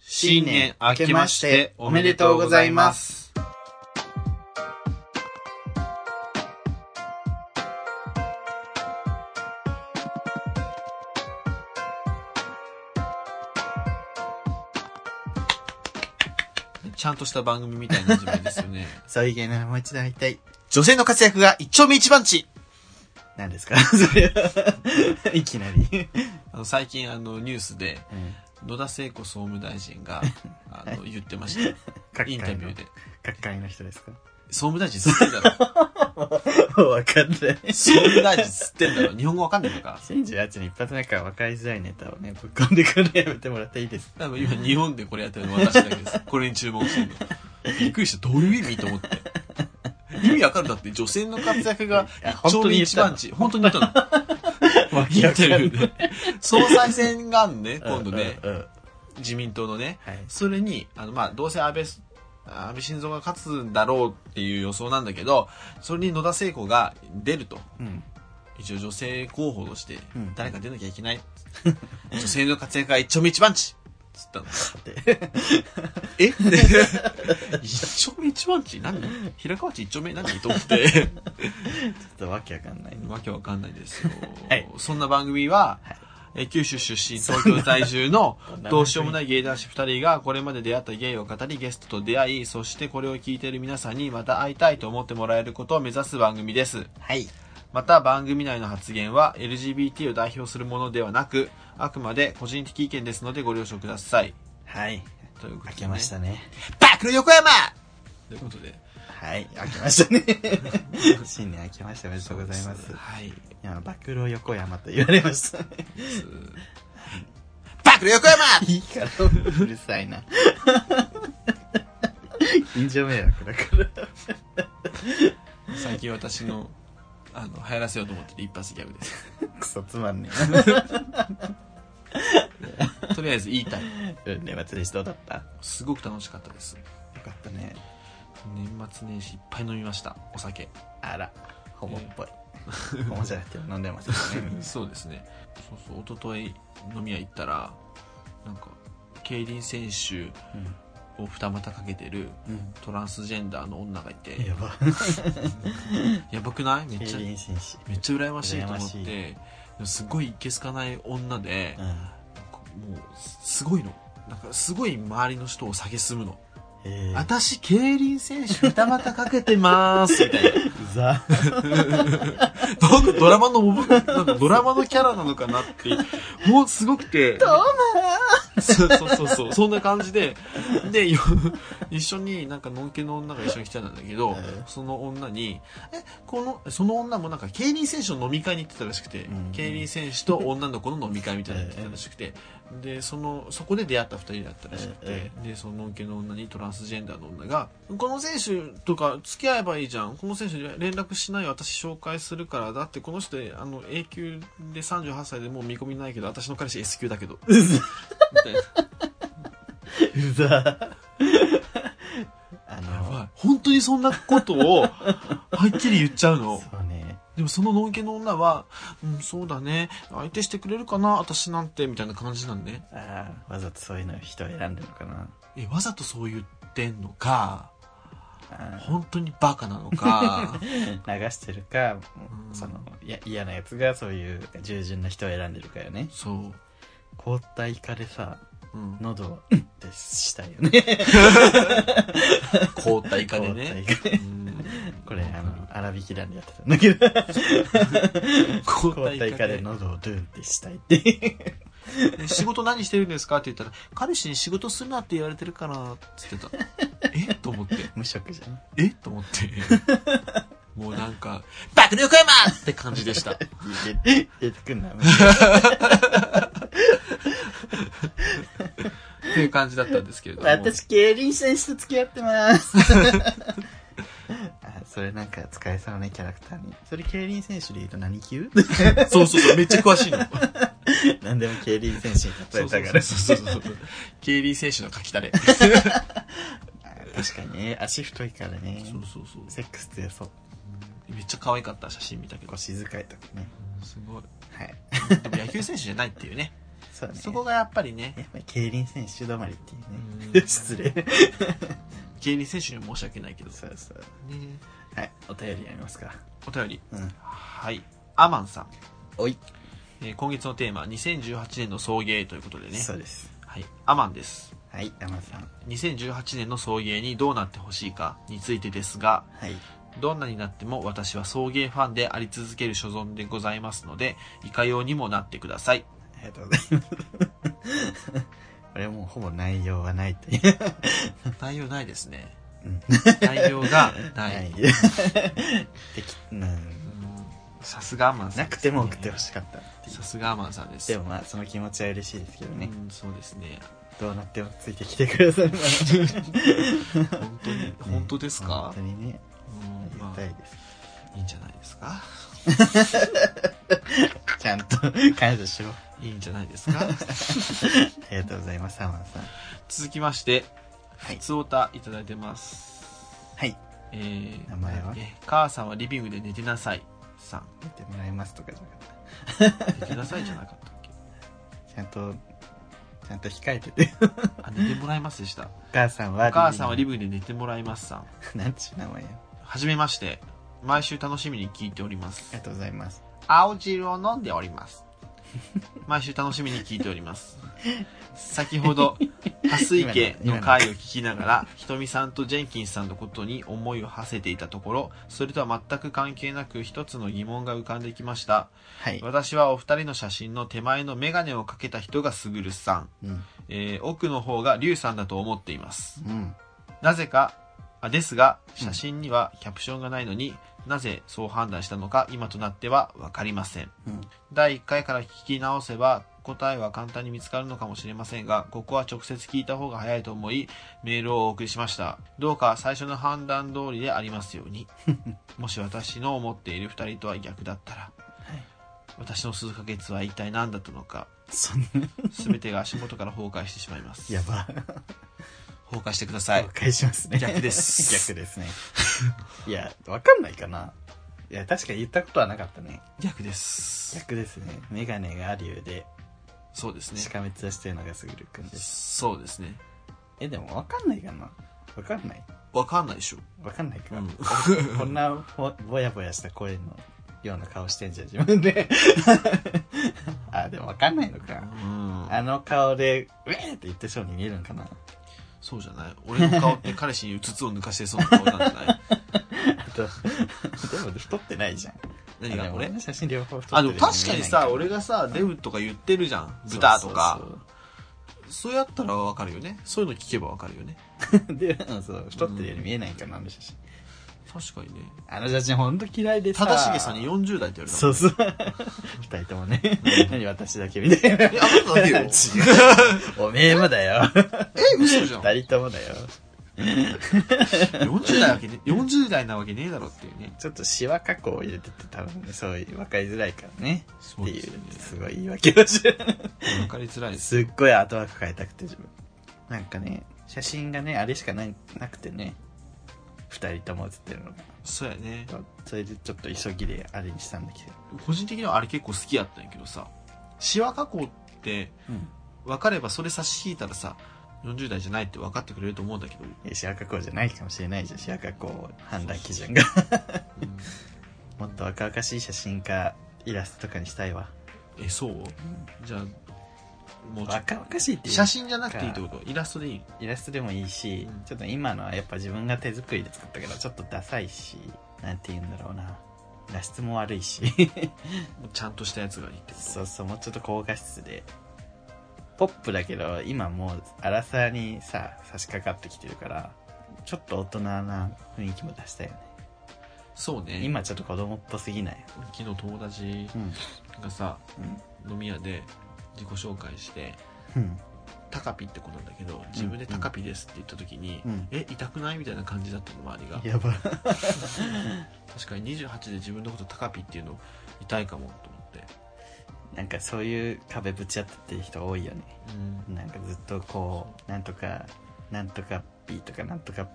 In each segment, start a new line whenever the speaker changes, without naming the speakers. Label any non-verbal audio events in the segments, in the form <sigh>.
新年明けましておめでとうございます。ちゃんとした番組みたいな始まりですよ <laughs> ね。
そういう芸能もう一度会いたい。女性の活躍が一丁目一番地何ですか <laughs> それはいきなり、
あの最近あのニュースで野田聖子総務大臣 <laughs> があの言ってま <laughs> した。
各
インタビューで。
各界の人ですか
総務大臣吸ってんだ <laughs> ろ。
わかんない。
総務大臣吸ってんだろ。日本語わかんないのか。
98に一発目から分かりづらいネタをね、ぶっ込んでくるのやめてもらっていいです
多分今日本でこれやってるの私だけです。これに注目してるの。びっくりした。どういう意味と思って。意味わかるんだって女性の活躍が
いや
一丁目一番地。本当に言ったの。
か
インタビューで。総裁選があんね、今度ね。
うんうんうん
自民党のね。
はい。
それに、あの、まあ、どうせ安倍す、安倍晋三が勝つんだろうっていう予想なんだけど、それに野田聖子が出ると。
うん。
一応女性候補として
うん、
誰か出なきゃいけない。 <laughs> 女性の活躍が一丁目一番地つ
<laughs>
ったの。え <laughs> 一丁目一番地何平川地一丁目何と思
<laughs>
って。
ちょっとわけわかんないね。
わけわかんないですよ。
はい
そんな番組は、
はい
えー九州出身、東京在住の
そんな番組
どうしようもない芸男子二人がこれまで出会った芸を語りゲストと出会い、そしてこれを聞いている皆さんにまた会いたいと思ってもらえることを目指す番組です。
はい。
また番組内の発言は LGBT を代表するものではなく、あくまで個人的意見ですのでご了承ください。
はい。
ということ
開
で、
けましたね。
バックル横山ということで。
はい。開けました
<laughs>
ね。新年開けましておめでとうございます。
はい。
今、暴露横山と言われましたね。
バックル横山
いいから、うるさいな。近所迷惑だから。
最近私のあの流行らせようと思ってる一発ギャグです
クソつまんね
とりあえず言いたい
えな。年末でどうだったよ
すごく楽しかったです
かったね。
年末年始いっぱい飲みましたお酒
あら、ホモっぽい。ホモじゃなくて飲んでますよね。
そうですねそうそう一昨日飲み屋行ったらなんか競輪選手を二股かけてる
<laughs> うん。
トランスジェンダーの女がいて
やば。
やばくないめっち
競
ゃ
輪紳士。
めっちゃ羨ましいと思っ
羨ましい
てすごいいけすかない女で、
う
なんか
ん。
もうすごいのなんかすごい周りの人を蔑むの
えー、
私、競輪選手二股かけてまーす、みたいな。
うざ。
<laughs> なんかドラマのモブ、なんかドラマのキャラなのかなって、もうすごくて。どうそうそうそうそう、そんな感じで。で、よ一緒に、なんか、のんけの女が一緒に来てたんだけど
え、
その女に、え、この、その女もなんか、競輪選手の飲み会に行ってたらしくて
うん、
競輪選手と女の子の飲み会みたいなのに行ってたらしくて、で、その、そこで出会った二人だったらしくて
え、
で、そののんけの女にトランスジェンダーの女が、この選手とか付き合えばいいじゃん。この選手に連絡しないよ。私紹介するから。だってこの人、あの、A 級で38歳でもう見込みないけど、私の彼氏 S 級だけど。みたいな。
うざ。 <laughs> あの、
はい本当にそんなことを、はっきり言っちゃうの。
そうね。
でもそののんけの女は、うん、そうだね。相手してくれるかな私なんて、みたいな感じなんね。
ああ、わざとそういうの人を選んでるのかな。
え、わざとそう言ってんのか、
あ
本当にバカなのか。
ー流してるか、
うん
そのいや嫌なやつがそういう従順な人を選んでるかよね
そ
交代化でさ
う。うん。
喉をうんってしたいよね
交代化でね。
交代化
うん
<laughs> これあの粗挽きなんでやってたんだけど
交
交
代
代
化
化で
で
喉をドゥンってしたいっていう
で仕事何してるんですかって言ったら彼氏に仕事するなって言われてるからって言
<laughs>
ってたえと思って
無職じゃん
えと思って
<laughs>
もうなんか「爆力山!」って感じでした
入れ入れてくんな無職
っていう感じだったんですけれども
私競輪選手と付き合ってますあそれなんか使えそうねキャラクターにそれ競輪選手で言うと何級
そうそうそうめっちゃ詳
<laughs>
しいの
何でも競輪選手に例
そ
え
うそ
た
う
から
そうそうそう競輪選手の書きたれ
あー確かにね足太いからね
そうそうそう
セックス強そう
めっちゃ可愛かった写真見たけど
腰遣いとかね
すごい
はい
でも野球選手じゃないっていうね
<laughs> そうね。
そこがやっぱりね、
やっぱり競輪選手止まりっていうね。
うん
<laughs> 失礼。
J リー選手には申し訳ないけど、
そうそう。
ね、
はい。お便りありますか
お便り
うん。
はいアマンさん、
おい。
えー今月のテーマ2018年の送迎ということでね、
そうです。
はい、アマンです
はい、山さん。
2018年の送迎にどうなってほしいかについてですが
はい。
どんなになっても私は送迎ファンであり続ける所存でございますのでいかようにもなってくださ
<laughs>
い
ありがとうございます。 <laughs> これはもうほぼ内容はないという。
内容ないですね
うん
内容がない、
<laughs> ない。でき、うん。
うんさすがアマンさ
なん
ですね、
くても送ってほしかったっていう
さすがアマンさんです
でもまあ、その気持ちは嬉しいですけどね。
うん、そうですね
どうなってもついてきてくださるな
<laughs>
ら
本当に本当ですか
本、当にね、あ
うん
りが
ま
たいです。
あ、いいんじゃないですか
ちゃんと感謝しろ。あ
いいんじゃないですか
<laughs> りがとうございます、サマンさん。
続きまして
はい
普通オタいただいてます
はい。
えー、
名前は
えー母さんはリビングで寝てなさい」さん
見てもらいますとかじゃなく
「
て。
寝てなさい」じゃなかったっけ
ちゃんと、ちゃんと控えてて。
あ寝てもらいますで
<laughs>
した
お母さんは
お母さんはリ
ブ。
ビングで寝てもらいますさん
なんちゅう名前よ。
はじめまして毎週楽しみに聞いておりま
あり
す
がとうございます。
青汁を飲んでおります毎週楽しみに聞いております先ほど「蓮池」の回を聞きながらひとみさんとジェンキンスさんのことに思いを馳せていたところそれとは全く関係なく一つの疑問が浮かんできました
はい。
私はお二人の写真の手前の眼鏡をかけた人がすぐるさん、
うん。
えー奥の方がリュウさんだと思っています
うん。
なぜかあですが写真にはキャプションがないのに、なぜそう判断したのか今となっては分かりません
うん。
第1回から聞き直せば答えは簡単に見つかるのかもしれませんがここは直接聞いた方が早いと思いメールをお送りしましたどうか最初の判断通りでありますよう <laughs> にもし私の思っている2人とは逆だったら、
い
私の数ヶ月は一体何だったのか
そんな、
全てが足元から崩壊してしまいます
やば。
崩壊してください
お返しますね。
逆です
逆ですね。いや、わかんないかな。いや、確かに言ったことはなかったね。
逆です
逆ですね。メガネがアリューで、
そうですね
しかめ面してるのがすぐるくんです。
そうですね
え、でもわかんないかなわかんない
わかんないでしょ、
わかんないか、
うん
こんなぼぼやぼやした声のような顔してんじゃん、自分で。 <laughs> あ、でもわかんないのか。
うん
あの顔で、ウェーって言ってそうに見えるん
<laughs>
かな
そうじゃない俺の顔って彼氏にうつつを抜かしてそうな顔なんじゃない
あとでも太ってないじゃん。
何
あで
が
も
俺
の写真両方太
あ
って
で
る
も確かにさ俺
が
がさデブとか言ってるじゃん豚とかそう。やったらわかるよねそういうの聞けばわかるよね
そうそうそうで、うんそう、太ってるように見えないんかな、あの写真。
確かにね
あの写真ほんと嫌いでさ。
正成さんに40代って言われたもん
そうそう。二人ともね。何私だけみ <laughs> たいな。
えあなただけよ
違うおめえもだよ。
え嘘じゃん
二人ともだよ。
40代わけね40代なわけねえだろっていうね
ちょっとシワ加工を入れてて多分ね、そういう、分かりづらいからね。
そう
って
で
い
す
う
ね、
すごい言い訳をしてる。
わかりづらいです
すっごい後枠変えたくて自分。なんかね、写真がね、あれしかないなくてね、二人とも写ってるのが。
そうやね
それでちょっと急ぎであれにしたんだけど。
個人的にはあれ結構好きやったんやけどさシワ加工って
うん。
分かればそれ差し引いたらさ40代じゃないって分かってくれると思うんだけど、
いやシワ加工じゃないかもしれないじゃん、シワ加工判断基準が。もっと若々しい写真か、イラストとかにしたいわ。
えそうじゃあもうちょっ
若々しいって
と
いう
写真じゃなくていいってことイラストでいい
イラストでもいいし、
うん
ちょっと今のはやっぱ自分が手作りで作ったけどちょっとダサいしなんて言うんだろうな画質も悪いし
<laughs> もうちゃんとしたやつがいいってこ
そうそうもうちょっと高画質でポップだけど今もう荒さにさ差し掛かってきてるからちょっと大人な雰囲気も出したいよね
とそうね
今ちょっと子供っぽすぎない
昨日友達
うん
がさ
うん
飲み屋で自己紹介して
うん
タカピって子なんだけど自分でタカピですって言った時に、
うん
え痛くないみたいな感じだったの周りが
やば
確かに28で自分のことタカピっていうの痛いかもと思って
なんかそういう壁ぶち当たってる人多いよね <laughs>
うん
なんかずっとこうなんとかなんとかピーとかなんとか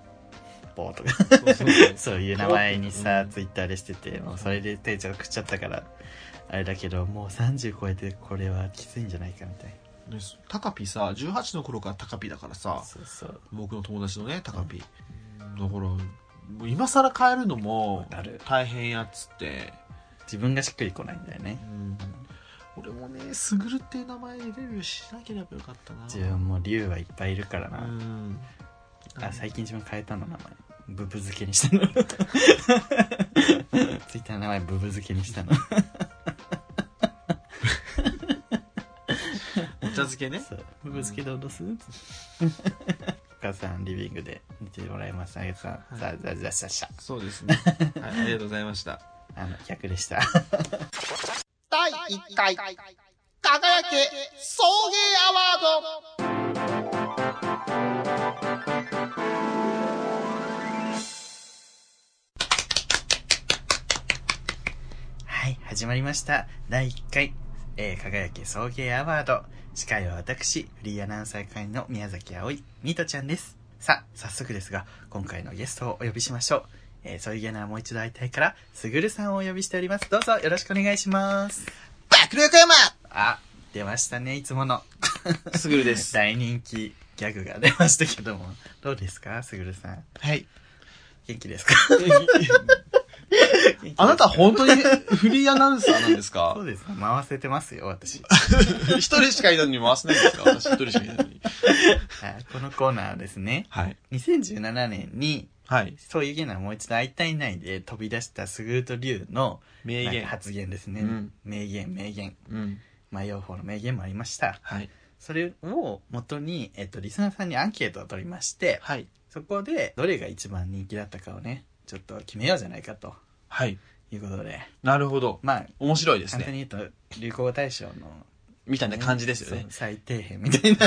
ポーとか
そうそ
<laughs>
うそう
そういう名前に
う
さ
ん、
ツイッターでしてて、もうそれで定着食っちゃったから、あれだけど、もう30超えてこれはきついんじゃないかみたい
ねタカピさ18の頃からタカピだからさ
そうそう
僕の友達のねタカピだからもう今更変えるのも
なる
大変やっつって、
自分がしっくりこないんだよね
うん、俺もねスグルっていう名前でデビューしなければよかったな
自分も竜はいっぱいいるから
う
な、
ん
あ最近自分変えたの名前ブブ漬けにした <laughs> のツイッターの名前ブブ漬けにしたの
お茶漬けね
そうブブ漬けどうどうするお母さんリビングで見てもらいましたあげさんザザザザザ
そうです <laughs> ね、はい、ありがとうございました
あの逆でした
第1回輝け送迎アワード
はい、始まりました。第1回、えー輝け送迎アワード。司会は私、フリーアナウンサー会の宮崎葵、ミトちゃんです。さあ、早速ですが、今回のゲストをお呼びしましょう。えー、そういうゲナーもう一度会いたいから、すぐるさんをお呼びしております。どうぞよろしくお願いします。
爆力山
あ、出ましたね、いつ
<laughs>
もの。
スグルで
大人気ギャグが出ましたけども。どうですか、すぐるさん。
はい
元気ですか
あなた本当にフリーアナウンサーなんです
そ
か
うですか回せてますよ、私。
一人しかいないのに回せないんですか私一人しかいないのに。
はいこのコーナーはですね、
はい。
2017年に、
はい。
そういうゲナもう一度会いたいないで飛び出したスグルとリュウの
名
なんか
言。
発言ですね、
うん
名言、名言。
うん。
迷う方の名言もありました。
はい。
それを元に、えっと、リスナーさんにアンケートを取りまして、
はい。
そこでどれが一番人気だったかをね、ちょっと決めようじゃないかと
はい。
いうことで、
なるほど。
まあ、
面白いです
簡単
ね。
に言うと、流行語大賞の、
みたいな感じですよ
そう
ね。
最底辺みたい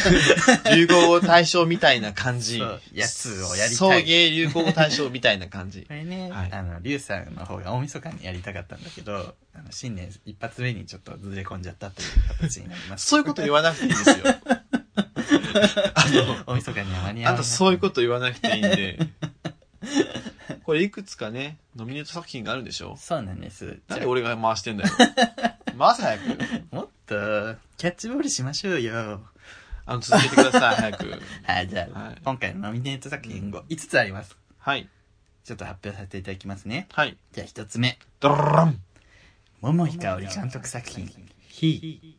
な。
流行語大賞みたいな感じ
そう。やつをやりたい
送迎流行語大賞みたいな感じ
こ。れね、
はい
あの、リュウさんの方が大晦日にやりたかったんだけど、あの新年一発目にちょっとずれ込んじゃったという形になり
<laughs>
ま
<laughs>
す。
そういうこと言わなくていいですよ。 <laughs> あ
大晦日には間に
の、
合
あ
わな
と
い。
そういうこと言わなくていいん <laughs> で。これいくつかね、ノミネート作品があるんでしょ
そうなんです。
なん
じ
で
ゃ
俺が回してんだよ。回せ早く。
あもっと、キャッチボールしましょうよ。
あの、続けてください、早く。
はい、じゃあ、
はい
今回のノミネート作品5、5つあります。
はい。
ちょっと発表させていただきますね。
はい。
じゃあ1つ目、
ドロロン
桃井かおり監督作品、ひ。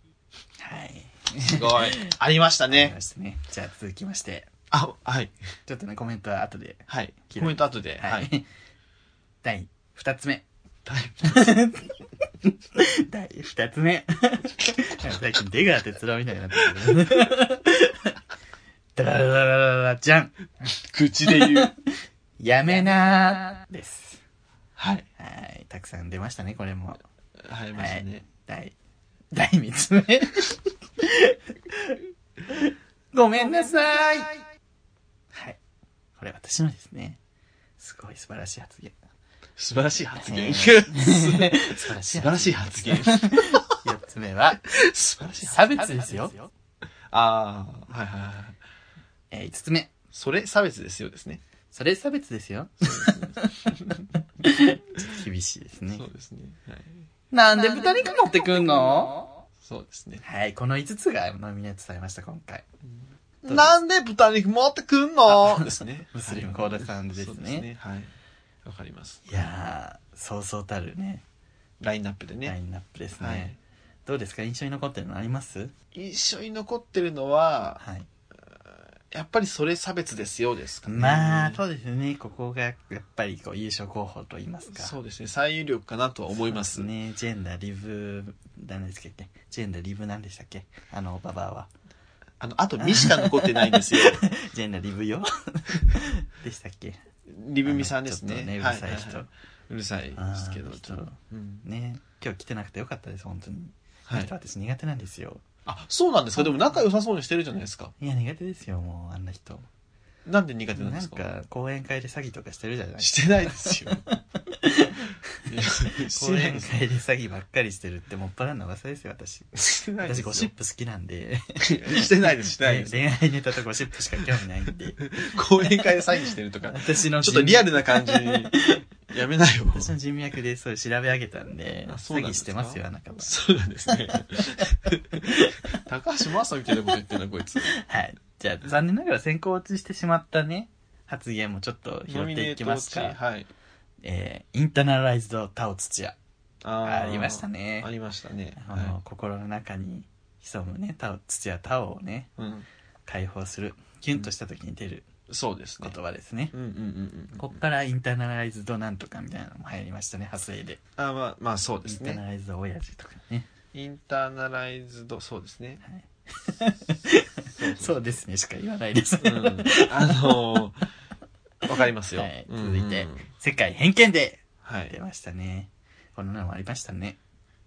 はい。
すごい。ありました
あり
ね
ま。したね。じゃあ続きまして、
あ、はい。
ちょっとね、コメントは後で。
はい。コメント後で。
は
はいい。。 <laughs>
<laughs> 第2つ目。
はい
第2つ目。最近出川哲郎みたいになってるけど。ダララララララじゃん
口で言う。
やめなーです。
はい。
はい。たくさん出ましたね、これも。
入りましたね。
第、第3つ目。ごめんなさいはい。これ私のですね。すごい素晴らしい発言。
素晴らしい <laughs> 発
えー
言。
素
素
晴らしい
晴らしい発言。素
4つ目は、
晴らしい発言。
差別ですよ。
ああ、はいはいはい。
えー、5つ目。
それ差別ですよですね。
それ差別ですよ。厳しいですね
そ。うですね。はい。
なんで豚肉持ってくんの
そうですね。
はい、この5つがノミネートされました、今回。どうです
なんで豚肉持ってくんのです <laughs> ね。
ムスリムコーダさんですね
そうですね。はい。わかります。
いやー、そうそうたるね、
ラインナップで
ライ
ね。
ンナップですね。
はい
どうですか印象に残ってるのあります
一緒に残ってるのは、
はい。
やっぱりそれ差別ですよですかね。
まあ、そうですね。ここが、やっぱり、こう、優勝候補と言いますか。
そうですね。最有力かなとは思います。
ね。ジェンダーリブ、何でしたっけジェンダーリブなんでしたっけあの、ババア <laughs> は。
あの、あとミしか残ってないんです <laughs> よ。
ジェンダーリブ <laughs> よでしたっけ
リブミさんです
あの
ね。
ちょっとね、う
は
るさい
は
人。
はうるさいですけど、ちょっと。うん
ね今日来てなくてよかったです本当に、
は
あの
い
人。私苦手なんですよ
あ、そうなんですかでも仲良さそうにしてるじゃないですか。
いや苦手ですよもうあんな人
なんで苦手なんで
なん
すか
か講演会で詐欺とかしてるじゃないです
<laughs> してないです
<laughs>
よ。いやして
講
ないで
演
す
会で詐欺ばっかりしてるってもっぱらの噂ですよ私
してないです
私
よ
ゴシップ好きなんで
してないです、してないです。
恋愛ネタとゴシップしか興味ないんで
講演会でサインしてるとか。
私の
ちょっとリア
ル
ルな感じにやめないよ。
私の人脈でそう調べ上げたんで、
あそう
詐
なんで
欺
す
し
か
てますよ、あなたは。
そうなんですね。高橋真麻みたいなこと言ってるな、こいつ。
はい。じゃあ、残念ながら先行落ちしてしまったね、発言もちょっと拾
ノ
っ
ミ
て
ネ
い
ー
き
ト
ます
落ち
か。
はい。
えー、インターナライズドタオ土屋。
あ
あ
ー
りましたね
あ。りましたね。
あ
は
の、心の中に潜むね、タオ、土やタオをね、
い。うん。
解放する。キュンとした時に出る
そうですね
言。葉ですね。
うんうんうんうんうん。
こっからインターナライズドなんとかみたいなのも流行りましたね、派生で。
あまあ、まあそうで
イン
す
ターナ
ね。
ライズド親父とかね。
インターナライズド、そうですね。
はい
そうそう
そうですね、しか言わないです。
うんあのー、 <laughs> わかりますよ。
はい
うん
続いて
うん
世界偏見で
は
出
い。
ましたね。こんなのもありましたね。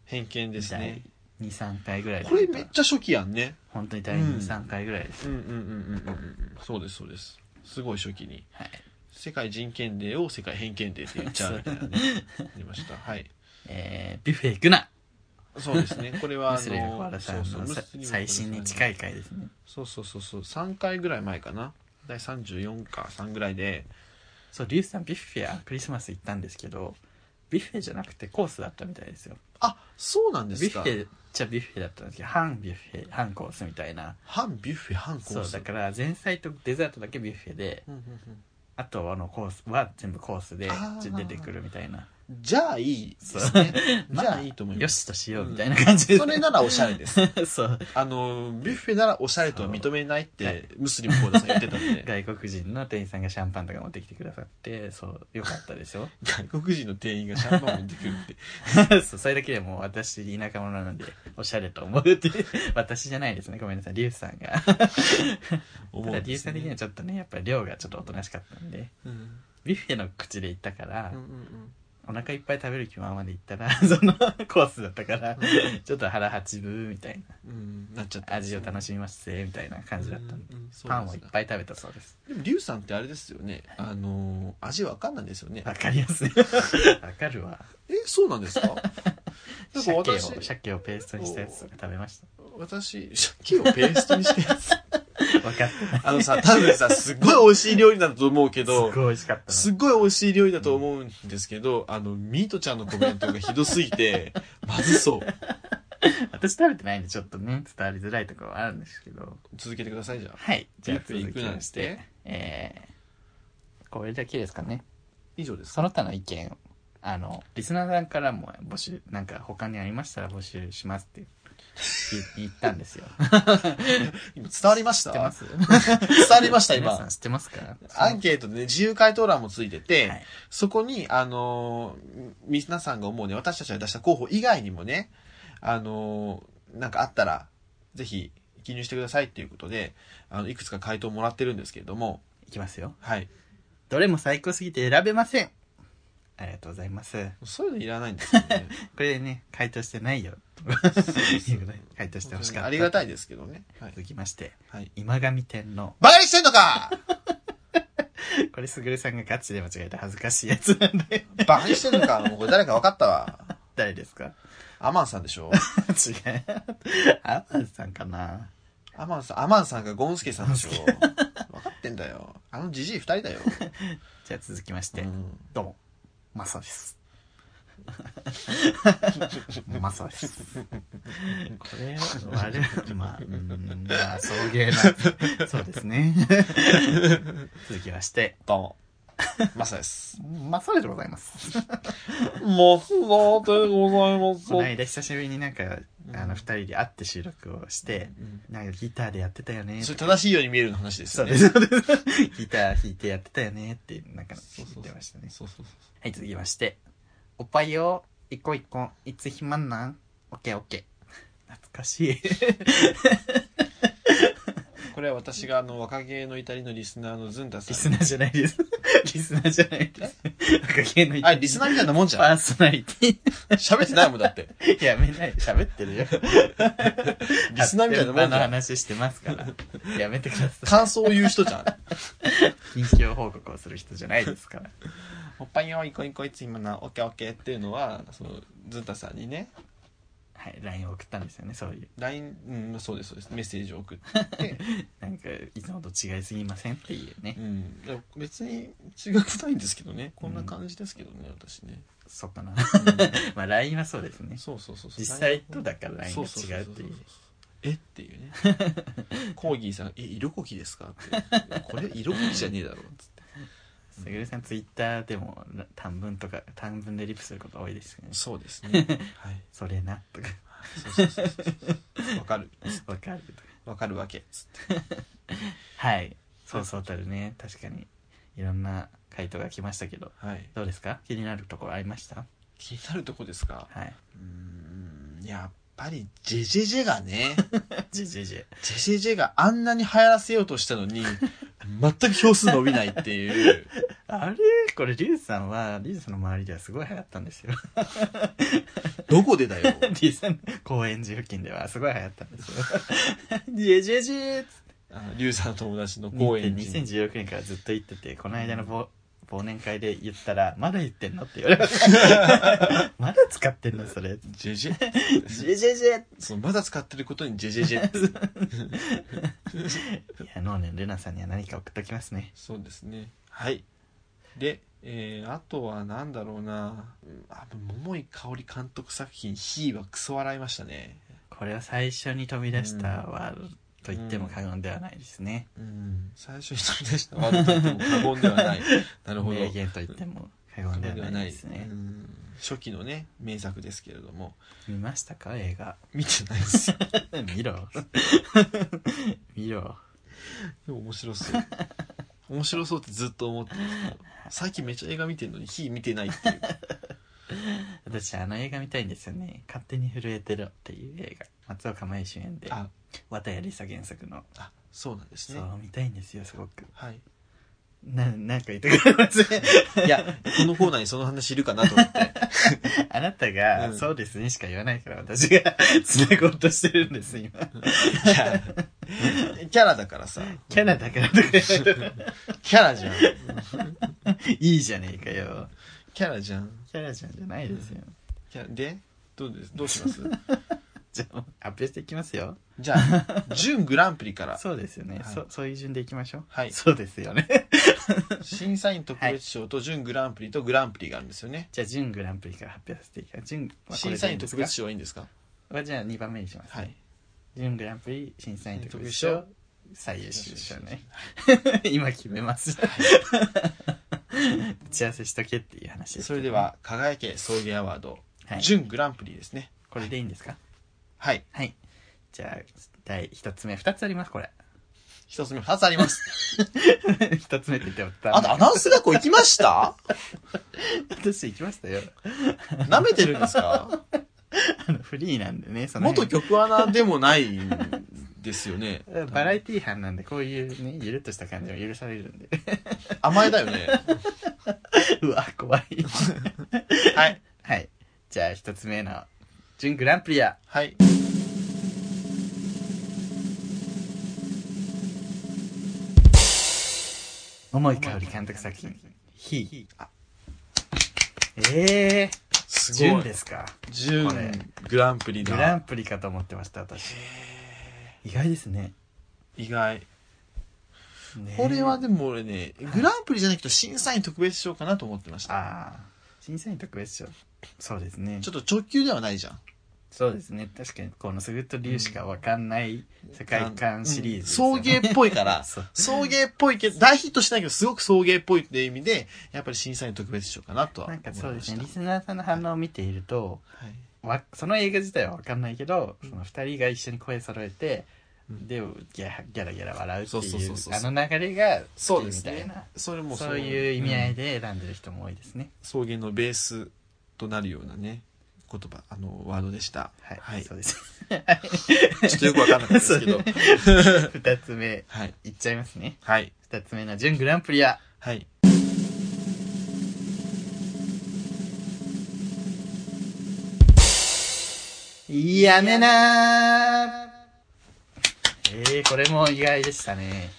偏見ですね。
第2、3回ぐらい
これめっちゃ初期やんね。
本当に第2、3回ぐらいです。
うんうんうんうんうんうん。そうですそうです。すごい初期に。
はい。
世界人権デーを世界偏見デーって言っちゃうみたいなね。ありま
<laughs>
した。はい。
えー、ビュッフェ行くな
そうですね。これは、
ム
あ
スリム小
の
<laughs> 原
ー、
さ
そうんそう
のさ最新に近。い回ですね。
そうそうそうそう。3回ぐらい前かな。第34か3ぐらいで。
そう、リュウさんビュッフェはクリスマス行ったんですけど、ビュッフェじゃなくてコースだったみたいですよ。
あ、そうなんで
ビ
す
ュッ
か
フ。ェじゃビュッフェだったんですけど、半ビュッフェ、半コースみたいな。
半ビュッフェ、半コ
そ
ー
う、
ス。
だから前菜とデザートだけビュッフェで、
うんうんうん
あとあのコースは全部コースで
あー
出てくるみたいな。
じゃあいいですね。じゃあいいと思い
よ
ます。
しとしようみたいな感じで
それならおしゃれです。
そう。
あの、ビュッフェならおしゃれとは認めないって、ムスリムコーダさん言ってたんで。
外国人の店員さんがシャンパンとか持ってきてくださって、そう、よかったでしょ
<laughs> 外国人の店員がシャンパン持ってくるって。
そう、それだけでもう私、田舎者なので、おしゃれと思うっていう、私じゃないですね。ごめんなさい、リュウさんが。ただ、
思うん
リュ
で
ウ
す
さん的には
ね。
ちょっとね、やっぱり量がちょっとおとなしかったんで、
うん
ビュッフェの口で行ったから
うんう、ん
お腹いっぱい食べる気ままで行ったら、 <laughs> そのコースだったから、ちょっと腹八分みたいな、
うんうんなっちゃった。
味を楽
し
しみますぜ、みたいな感じだったんで
うんうん、そうです
パンをいっぱい食べたそうです。
でも、リュウさんってあれですよね。あの、味わかんないですよね。
わかりやすい。
<laughs>
わかるわ。
え、そうなんですかなんか
鮭を、
私、
鮭をペーストにしたやつとか食べました。
私、鮭をペーストにしてやつ。
分かった。
あのさ、多分さ、
<laughs>
すっごい美味しい料理だと思うけ
す
ど
ごい、美味しかった
すっごい美味しい料理だと思うんですけど、あの、ミートちゃんのコメントがひどすぎて、まずそう。
の。私食べてないんで、ちょっとね、伝わりづらいところはあるんですけど。
続けてください、じゃあ。
はい。じゃあ
ビュッフ
続
ェ行
き
くなん
ま
て
して、えー、これだけですかね。
以上です。
その他の意見、あの、リスナーさんからも募集、なんか他にありましたら募集しますって言言ったんですよ。
今伝わりまし
<laughs> 知
た
って <laughs> ます
伝わりました、
皆さん
今。
知ってますか
アンケートでね、自由回答欄もついてて、
はい
そこに、あのー、み皆さんが思うね、私たちが出した候補以外にもね、あのー、なんかあったら、ぜひ、記入してくださいっていうことで、あの、いくつか回答もらってるんですけれども、
いきますよ。
はい。
どれも最高すぎて選べません。ありがとうございます。
そういうのいらないんですよね。
これね、回答してないよ。回答してほしかった。
ありが
い。
たいですけどね。はい。
続きまして、
はい、
今上天皇。
バカにしてんのか
これ、すぐるさんがガチで間違えた恥ずかしいやつなんで。
バカにしてんのかもうこれ誰か分かったわ。
誰ですか <laughs>
アマンさんでしょ
違う。アマンさんかな
アマンさん、アマンさんがゴンスケさんでしょ <laughs> 分かってんだよ。あのジジイ二人だよ。
じゃあ続きまし
う
て、
ん
どうも、マサ <laughs> です。マサです。これは、あれは、まあ、うん、まあ、送迎な、そうですね。続きまして、
どうも。マサです。
マサでございます。
マサでございま
この間久しぶりになんか、あ
うん
の、二人で会って収録をして、なんかギターでやってたよね。
それ正しいように見えるの話です
そ
よ
う
ね。
です、そうです。ギター弾いてやってたよねって、なんか言ってましたね。
そうそうそう。
はい、続きまして。おっぱいよ、一個一個、いつ暇なんオッケーオッケー。懐かしい。
これは私があの若気の至りのリスナーのズンタ
リス
さん。
ナーじゃないです。 <laughs> リスナーじゃないです。若気
<laughs>
の
あ、リスナーみたいなもんじ
パ
ゃん。
ーソナリテ
喋ってないもんだって。
ィ。 <laughs> やめない。喋って <laughs> るよ。
リスナーみたいなもんじ
の
ゃん。
話してま
<laughs>
すから。やめてください。
感想を言う人じゃ <laughs> ん。
近況報告をする人じゃないですから。
おっぱいよ、いこいこいつ今な、オッケーオッケーっていうのは、その、ズンタさんにね、
はい、LINE を送ったんですよねそういう
LINE、うん、そうですそうですメッセージを送って、
なんかいつもと違いすぎませんっていうね
うん、でも別に違くないんですけどねこんな感じですけどね、私ね、
そうかな <laughs> まあ LINE はそうですね
そうそうそうそう
実際とだから LINE
そ
が
うそうそう
違うっ
そう
ていう
えっていうね <laughs> コーギーさん「え色こきですか?」って「これ色こきじゃねえだろ」っつって
すぐるさんツイッターでもら短文とか短文でリプすること多いですよね
そうですねはい
それなとか
そうそうそうそうわかる
わかるとか
わかるわけつって
はいそうそうたるね確かにいろんな回答が来ましたけど
はい
どうですか気になるところありました
気になるとこですか
<laughs> はいう
ーんやっぱりジェジェジェがね <laughs>
じじじ
ジェジェジェがあんなに流行らせようとしたのに全く票数伸びないっていう
あれこれリュウさんはリュウさんの周りではすごい流行ったんですよ <laughs>
どこでだよ
リュウさん公園寺付近ではすごい流行ったんです <laughs> よじェじェじェ
あのリュウさんの友達の公園に
2016年からずっと行っててこの間の忘忘年会で言ったら「まだ言ってんの?」って言われました <laughs> まだ使ってんのそれ
ジェジェ <laughs>
ジェジェジェ
そのまだ使ってることにジェジェジェって
いやノーネンルナさんには何か送っときますね
そうですねはいで、えーあとはなんだろうなうんあ桃井かおり監督作品「ひ」はクソ笑いましたね
これは最初に飛び出したワードと言っても過言ではないですね、
うん最初に飛び出したワードと言っても過言ではないなるほど
名言と言っても
過
過言
言で
で
は
は
な
ない
で
いですす
ね
ね
うん初期のね名作ですけれども
見ましたか
<laughs>
映画
見てない
<laughs>
ですよ
見ろ見ろ
でも面白そう面白そうってずっと思ってますけど最近めっちゃ映画見てるのに「ひ」見てないっていう
私あの映画見たいんですよね「勝手に震えてろ」っていう映画松岡茉優主演で
あ
綿谷りさ原作の
あそうなんです
そ
ね
う見たいんですよすごく
はい
ななんか言ってくれますね
いやこのコーナーにその話いるかなと思って
あなた <laughs>
う
が「
ん
そうですね」しか言わないから私がつなごうとしてるんです今
いやキャラだからさ。
キャラだからとか言うと
キャラじゃん。
いいじゃねえかよ
キャラじゃん。
キャラちゃんじゃないですよ
キャラでどうですどうします
<laughs> じゃあもう発表していきますよ
じゃ
<laughs>
あ、準グランプリから、
そうですよね、
はい
そそういう順でいきましょう
はい
そうですよね <laughs>
審査員特別賞と準グランプリとグランプリがあるんですよね。
じゃあ準グランプリから発表していきます準まあこ
審
れで
査
いい
員
んです
特
か
別賞はいいんですか
はじゃあ2番目にします、
はい。
準グランプリ審査員特別
特
賞
別
最優秀賞ね <laughs> 今決めます打ち合わせしとけっていう話です
それでは、輝け送迎アワード、
はい
準グランプリですね。
これでいいんですか
はい。
はいじゃあ第1つ目2つありますこれ <laughs>
一つ目、二つあります。
1つ目って言っても伝
あ
わん
と、
ない
アナウンス学校行きました
<laughs> 私行きましたよ
舐めてるんですか
あのフリーなんでねその
元
辺
局アナでもないんですよ
<laughs>
ね。
バラエティー班なんでこういうねゆるっとした感じも許されるんで
甘えだよね。
<laughs> うわ怖い
はい。
<laughs> はいじゃあ1つ目の準グランプリは
はい。
桃井かおり監督作品「ひ」ええ
す
ー、
ご
準
い。
ですか
準
これ
グランプリ
グラ
だ
ンプリかと思ってました私意外ですね
意外
ね
これはでも俺ねグランプリじゃなくて審査員特別賞かなと思ってました
ああ審査員特別賞そうですね
ちょっと直球ではないじゃん
そうですね確かにこの「すぐと龍」しかわかんない世界観シリーズです
う
よ
ん送
ね、
迎っぽいから
<laughs> そう
送迎っぽいけど大ヒットしないけどすごく送迎っぽいっていう意味でやっぱり審査員特別賞かなとは思
な
い
んか
ま
そうで
し
す
た
ねリスナーさんの反応を見ていると
はい
わその映画自体はわかんないけどその2人が一緒に声揃えて
うん
でギャギャラギャラ笑うって
そうそう
い
そううそう
あの流れが
そうです
いいみ
ね
たいな
それも
そういう意味合い
で
で選んでる人も多いですね、
送迎のベースとなるようなね言葉あのワードでした
はい、
はい <laughs> ち
そ
ょ
うです
っとよくわかんなかったですけ
<laughs>
ど
2つ目
はい
いっちゃいますね
はい
2つ目の準グランプリは
はい
やめなーえー、これも意外でしたね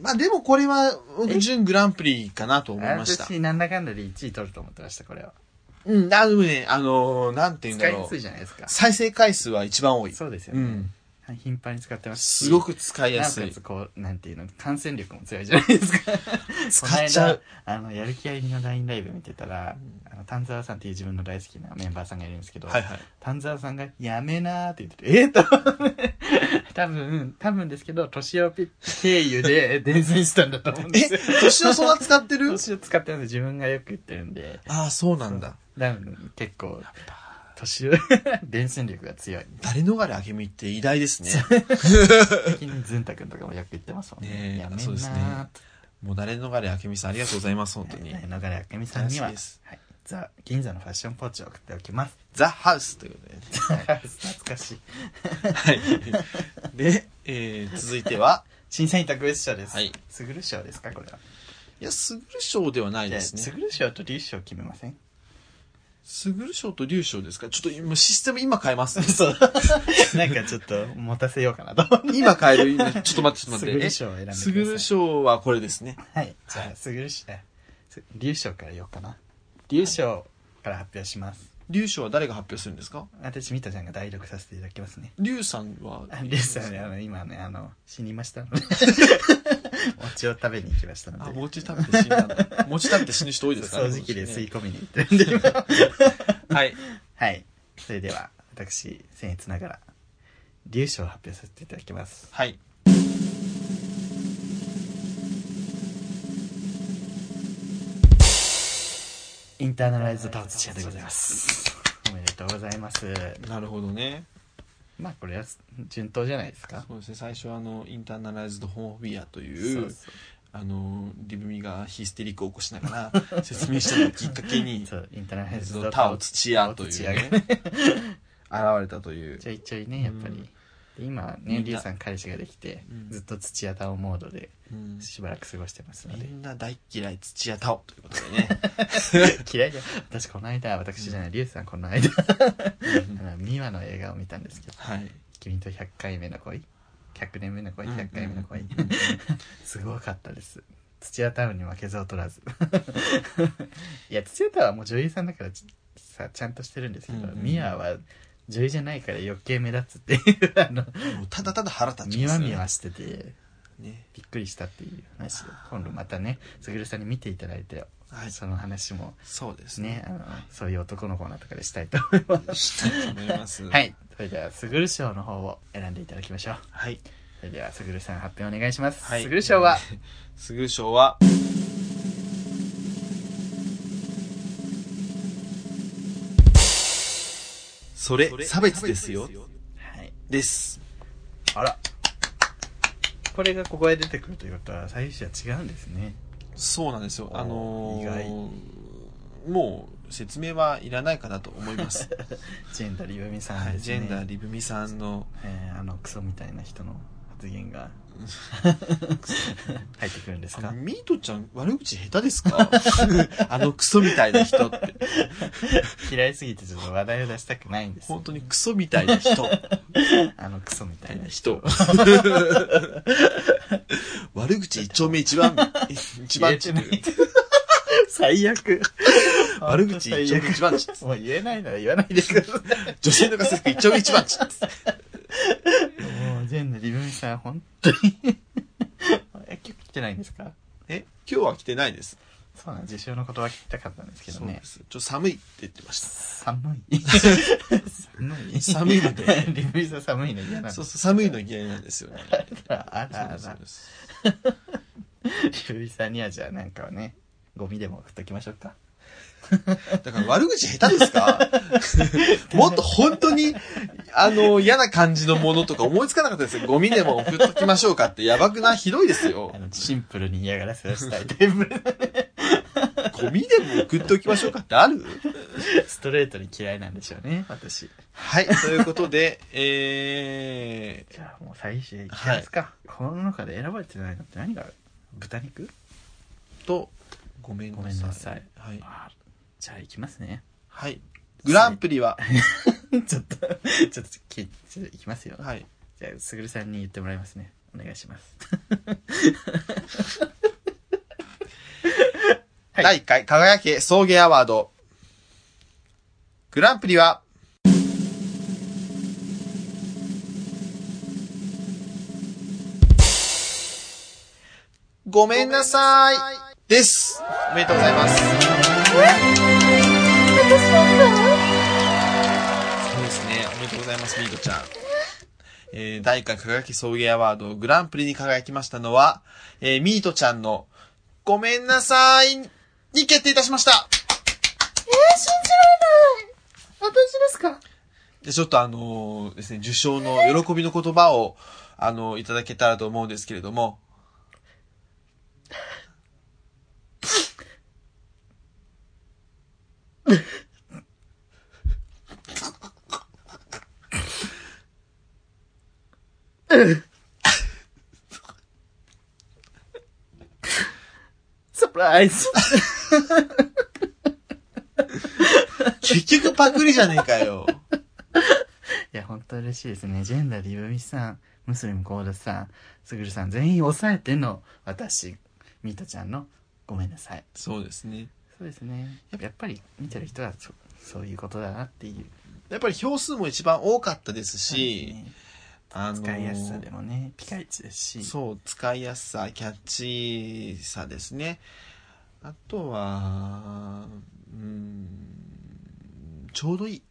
まあでもこれは僕準グランプリかなと思いました。
私なんだかんだで1位取ると思ってましたこれは
うん、あのね、あのーなんて言うん
使
だ
いや
ろ
す
う。
いじゃないですか。
再生回数は一番多い。
そうですよ
う
ね。
ん。
はい頻繁に使ってますし。
すごく使い
な
や
お
す
か
い
つ。こう、なんていうの、感染力も強いじゃないですか。
<laughs> 使っちゃう。
この間。あの、やる気ありの LINE ライブ見てたら、あの、丹沢さんっていう自分の大好きなメンバーさんがいるんですけど、
はいはい。
丹沢さんが、やめなーって言ってて、えー、と、多分、多分ですけど、年をピ経由で伝染したんだと思うんで
え
すよ。、
年をそんな使って <laughs> る
年を使ってます自分がよく言ってるんで、
ああ、そうなんだ。
多分、結構、年を、 <laughs> 伝染力が強い。
誰逃れ明美って偉大ですね。
最近、ずんたくんとかもよく言ってますもんね。
ねえ
やめな
そうですね
ーって。
もう誰逃れ明美さんありがとうございます、本当に。
ね、野原明美さんには、
大
は
好きで
い
す、
ザ・銀座のファッションポーチを送っておきます。
ザ・ハウスということでね。
<laughs> 懐かしい。
はい。 <laughs> で、えー、続いては、
審査員特別賞です。
はい。
すぐる賞ですかこれは。
いや、すぐる賞ではない
い
で
や、
す
す
ね。
ぐる賞と竜賞決めません <laughs>
すぐる賞と竜賞ですかちょっと今、システム今変えます。
そう。なんかちょっと、持たせようかなと思
今変える。今ちょっと待って、ちょっ
っ
と待
て。す
<laughs>
ぐ
って。
る
え
賞を選んでくださ
す
い。
ぐる賞はこれですね。
はい。じゃあ、すぐる賞、えす竜賞から言おうかな。竜賞から発表します。
竜賞は誰が発表するんですか
私、ミトちゃんが代読させていただきますね。
竜さんは
あ、竜賞ね、あの、今ね、あの、死にました
<laughs>
ので。餅を食べに行きましたので。
あ、餅食べて死んだんだ。餅食べて死ぬ人多いですから
掃
ね。
除機で吸い
こ
込みに行ってるんで <laughs> 今
の人ねはい。
はいそれでは私僭越ながら流賞を発表させていただきます
はい。
インターナライズド達者でございますおめでとうございます
なるほどね。
まあこれは順当じゃないですか
そうですね。最初はあの、インターナライズドホモフィアと
そ
いう、あの、リブミがヒステリックを起こしなが
<laughs>
ら説明したのをきっかけに、
そうインターナライズド
タオ土屋という、ね、
タオ
現れたという
ち。ょいちょいねやっぱり、
うん
で今ね
みん
リュ
な
ウさん彼氏ができて、
うん
ずっと土屋太鳳モードで
うん
しばらく過ごしてますの
み
で、
んな大嫌い土屋太鳳ということでね。
<laughs> 嫌いじゃ私この間私じゃないリュウさんこの間 <laughs> あのミワの映画を見たんですけど
はい。
君と100回目の恋100年目の恋100回目の恋、
うんうんうん
すごかったです土屋太鳳に負けず劣らず <laughs> いや土屋太鳳はもう女優さんだからちさちゃんとしてるんですけど、
うんうん
ミワは女優じゃないから余計目立つっていうあ
<laughs>
の
もうただただ腹立ち
ミ
ます
ワ
よね。
ミワしてて
ね。
びっくりしたっていう話を今度またねすぐるさんに見ていただいて
はい。
その話も
そうですね
ね。あのそういう男の子のとかでしたいと思います
したいと思います。
はいそれではすぐる賞の方を選んでいただきましょう
はい。
それではすぐるさん発表お願いします、
はい
すぐる賞は
すぐる賞は、それ、差別ですよ。
はい
です。
あらこれがここへ出てくるということは最初は違うんですね
そうなんですよ。あのー
意外
もう説明はいらないかなと思います。
ジェンダーリブミさ
<laughs>
ん
はい、
です
ジ
ね、
ェンダーリブミさんの、
えーあのクソみたいな人の発言が <laughs> 入ってくるんです
あの
か
ミートちゃん悪口下手ですか <laughs> あのクソみたいな人って。
嫌いすぎてちょっと話題を出したくないんです
本当にクソみたいな人。
あのクソみたいな人 <laughs>
人。悪口一丁目一
<laughs>
番、一番地という
言えて <laughs> 最悪
悪口一丁目一番地。
<laughs> もう言えないなら言わないでください
女性のガセ服一丁目一番地。
もう全部リブミさん本当に <laughs> え今日来てないんですか
え今日は来てないです。
そうなん受賞のことは聞きたかったんですけど
そう
ね
です。ちょっと寒いって言ってました。
寒い寒い
寒いの <laughs> で
リブミさん寒いの嫌なの
そうそう、寒いの嫌いなんですよね。
あらあらあ
そう
ら
です
リブミさんにはじゃあなんかをねゴミでも振っときましょうか
だから悪口下手ですか
<laughs>
もっと本当に、あの、嫌な感じのものとか思いつかなかったですよ。ゴミでも送っときましょうかってやばくないひどいですよ
あ。のシンプルに嫌がらせをしたいタイ
<laughs>
プ
ゴミでも送っておきましょうかってある
ストレートに嫌いなんでしょうね私
はい、ということで、え
じゃあもう最終いきますか、この中で選ばれてないのって何がある豚肉
ー、と、ごめん
ご
な
めん
さい。
なさい
はい。
あじゃあいきますね
はい。グランプリは、
<laughs> ちょっとちょっときちょっといきますよ
はい。
じゃあすぐるさんに言ってもらいますねお願い
<laughs>
しますはい
第1回、輝け、送迎アワード。
グランプリは、ごめんなさいです。おめでとうございます。
そうですね。おめでとうございます、ミートちゃん。えー、第1回輝き送迎アワードグランプリに輝きましたのは、
えーミートちゃんの、ごめんなさいに決定いたしました
本当にですか
で、ちょっとあのーですね、受賞の喜びの言葉を、あのーいただけたらと思うんですけれども、
サプライ <laughs> ズ
結局パクリじゃねえかよ。
いや、本当嬉しいですね。ジェンダーリブミさん、ムスリムコーダさん、スグルさん、全員抑えての私、ミートちゃんのごめんなさい。
そうですね。
そうですね。やっぱり見てる人はそそういうことだなっていう。
やっぱり票数も一番多かったですし、あのー
使いやすさでもね、ピカイチですし。
そう、使いやすさ、キャッチーさですね。あとは、うーん、ちょうどいい。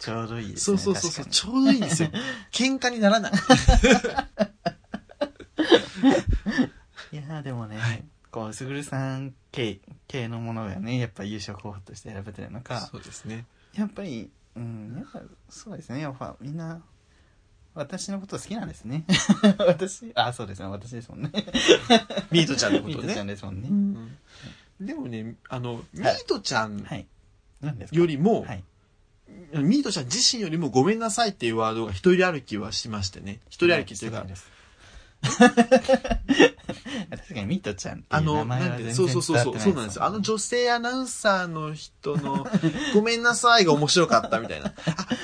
ちょうどいいです
そ
ね。
うそうそうそう、
確かに
ちょうどいいんです <laughs> よ。喧嘩にならない。
いやーでもね、こう、スグルさん系、系のものがね、やっぱ優勝候補として選べてるのか、
そうですね。
やっぱり、うん、やっぱそうですね、やっぱみんな、私のこと好きなんで
<laughs>
すね。私、あ、そうですね、私ですもんね。
ミートちゃんのこ
ミ
と
ートちゃん
ね。
ですもんね。
でもね、あの、ミートちゃん
はい。何ですか
よりも、
はい。
ミートちゃん自身よりもごめんなさいっていうワードが一人歩きはしましてね。一人歩きっていう
は
か
い、です <laughs> 確かにミートちゃんってい
あ
う名
の、
前
な
は
ん
全
で、
然
そうそうそう
伝わ
そ
っ
う、
てない
そうなんですよ。あの女性アナウンサーの人の、ごめんなさいが面白かったみたいな、あ、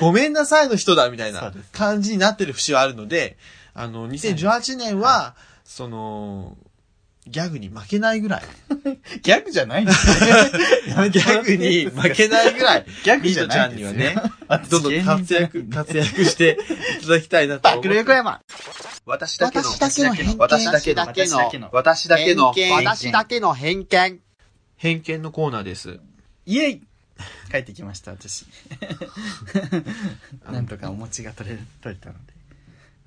ごめんなさいの人だみたい
そ
な
うです
感じになってる節はあるので、あの、2018年は、その、ギャグに負けないぐらい。
ギャグじゃないんですね。や
<laughs>
め
ギ
て
ャグに負けないぐらい、
ギャグ
ミ
じ
ー
ゃ
トちゃ
ない
ん
ん
に
です
は
よ
ね、
<laughs>
どんどん活躍、活躍していただきたいなと思
バッ
って
クル横山
私だけの、
私だけの偏見。
私だけの
私だけの
私だけの、
偏見私だけの偏見。
偏見のコーナーです。
イエイ帰ってきました、私。 <laughs> なんとかお餅が取れ、取れたので。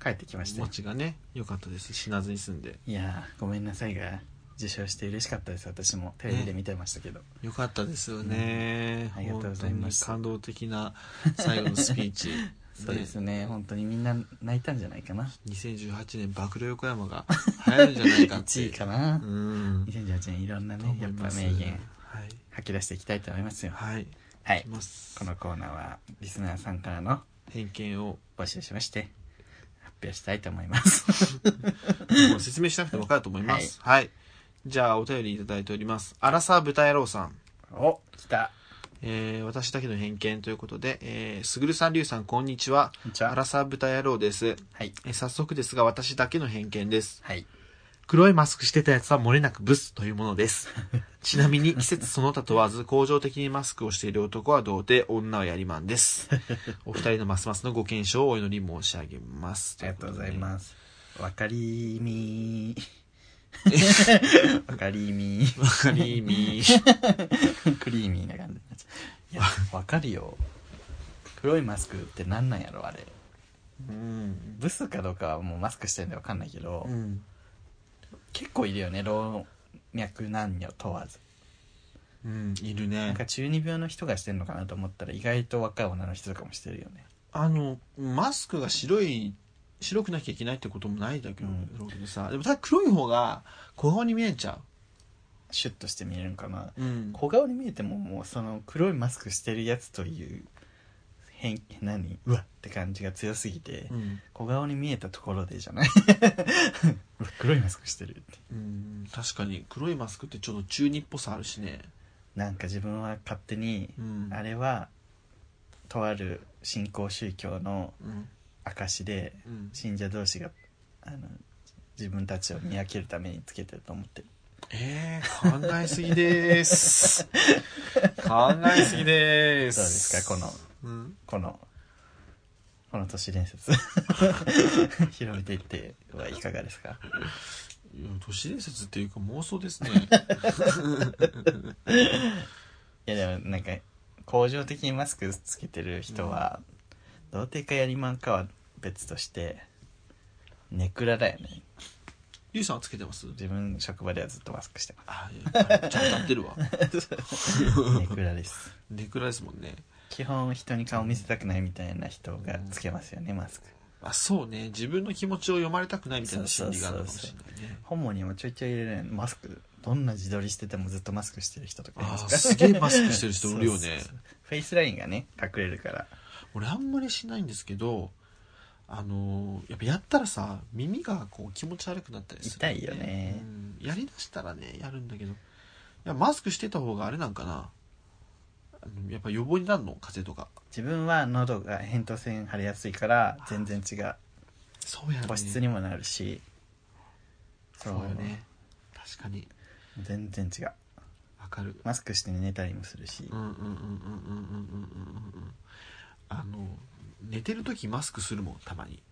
帰ってきましたよ。
餅がね、良かったです。死なずに済んで。
いやー、ごめんなさいが、受賞して嬉しかったです、私も。テレビで見てましたけど。
よかったですよね、
うんありがとうございます
本当に感動的な最後のスピーチ
<laughs> そうですね、本当にみんな泣いたんじゃないかな。
2018年暴露横山が流行るんじゃない
<laughs>
かって
1位かな
う。ん
2018年いろんな
と
ね、
思
や
い
っぱ
ます
名言
はい
吐き出していきたいと思いますよ。
はいい
はい
き。ます
このコーナーは、リスナーさんからの
偏見を
募集しまして、発表したいと思います。
もう説明しなくても分かると思い
<laughs>
ますはい、じゃあお便りいただいておりますアラサー豚野郎さん
お、来た。
えー私だけの偏見ということで、えー、すぐるさん、りゅうさん、こんにちは。
こんにちは
アラサー豚野郎です。
はい。
えー早速ですが、私だけの偏見です。
はい。
黒いマスクしてたやつは漏れなくブスというもの
<laughs>
です。ちなみに季節その他問わず、恒常的にマスクをしている男は童貞、女はやりまん
<laughs>
です。お二人のますますのご健勝をお祈り申し上げます。
ありがとうござい
す。
ます。わかりみ <laughs> ー。わかりみー。
わかりみ。
クリーミーな感じになっちゃう。いや、わかるよ。黒いマスクってなんなんやろ、あれ。
うん。
ブスかどうかはもうマスクしてるんでわかんないけど、
うん。
結構いるよね、老若男女問わず。
うん、いる
なん
ね
か。中二病の人がしてるのかなと思ったら意外と若い女の人とかもしてるよね。
あの、マスクが白い、白くなきゃいけないってこともないだけど、
うん
だろうけどさ。でもただ黒い方が小顔に見えちゃ
シュッとして見えるのかな。
う。うん。
小顔に見えてももうその黒いマスクしてるやつという変何うわって感じが強すぎて、
うん。
小顔に見えたところでじゃない <laughs> うわ黒いマスクしてるって
うん、確かに黒いマスクってちょっと中二っぽさあるしね。
なんか自分は勝手に、
うん。
あれはとある新興宗教の
うん。
証で
うん。
信者同士があの自分たちを見分けるためにつけてると思ってる
ええー、考えすぎです。考えすぎで
どうです
す。
かこの
の。うん。
このこの都市伝説 <laughs> 広めていってはいかがですか
いや都市伝説っていうか妄想です
<laughs>
ね。
いやでもなんか恒常的にマスクつけてる人は、童貞かやりまんかは別としてネクラだよね
ゆうさんはつけてます
自分職場ではずっとマスクしてま
あ、やっぱりちゃんとやってる
<laughs>
わ。
す
<laughs>
ネクラです
ネクラですもんね。
基本人に顔見せたくないみたいな人がつけますよねマスク
あ、そうね。自分の気持ちを読まれたくないみたいな心理があるのかもしれないね。
本モにもちょいちょい入れるマスクどんな自撮りしててもずっとマスクしてる人とかいま
あ
す
ー
から
すげえマスクしてる人おるよね。
<laughs> そうそうそうフェイスラインがね隠れるから
俺あんまりしないんですけど、あのーやっぱやったらさ、耳がこう気持ち悪くなったりする、
痛いよね
うんやりだしたらね、やるんだけど。いや、マスクしてた方があれなんかな。あのやっぱ予防になるの風邪とか。
自分は喉が扁桃腺張りやすいから全然違う
そうやね。
保湿にもなるし
そうよね。確かに。
そう全然違う
わかる。
マスクして寝たりもするし
うんうんうんうんうんうんうんうんうん。あの、寝てる時マスクするもん、たまに。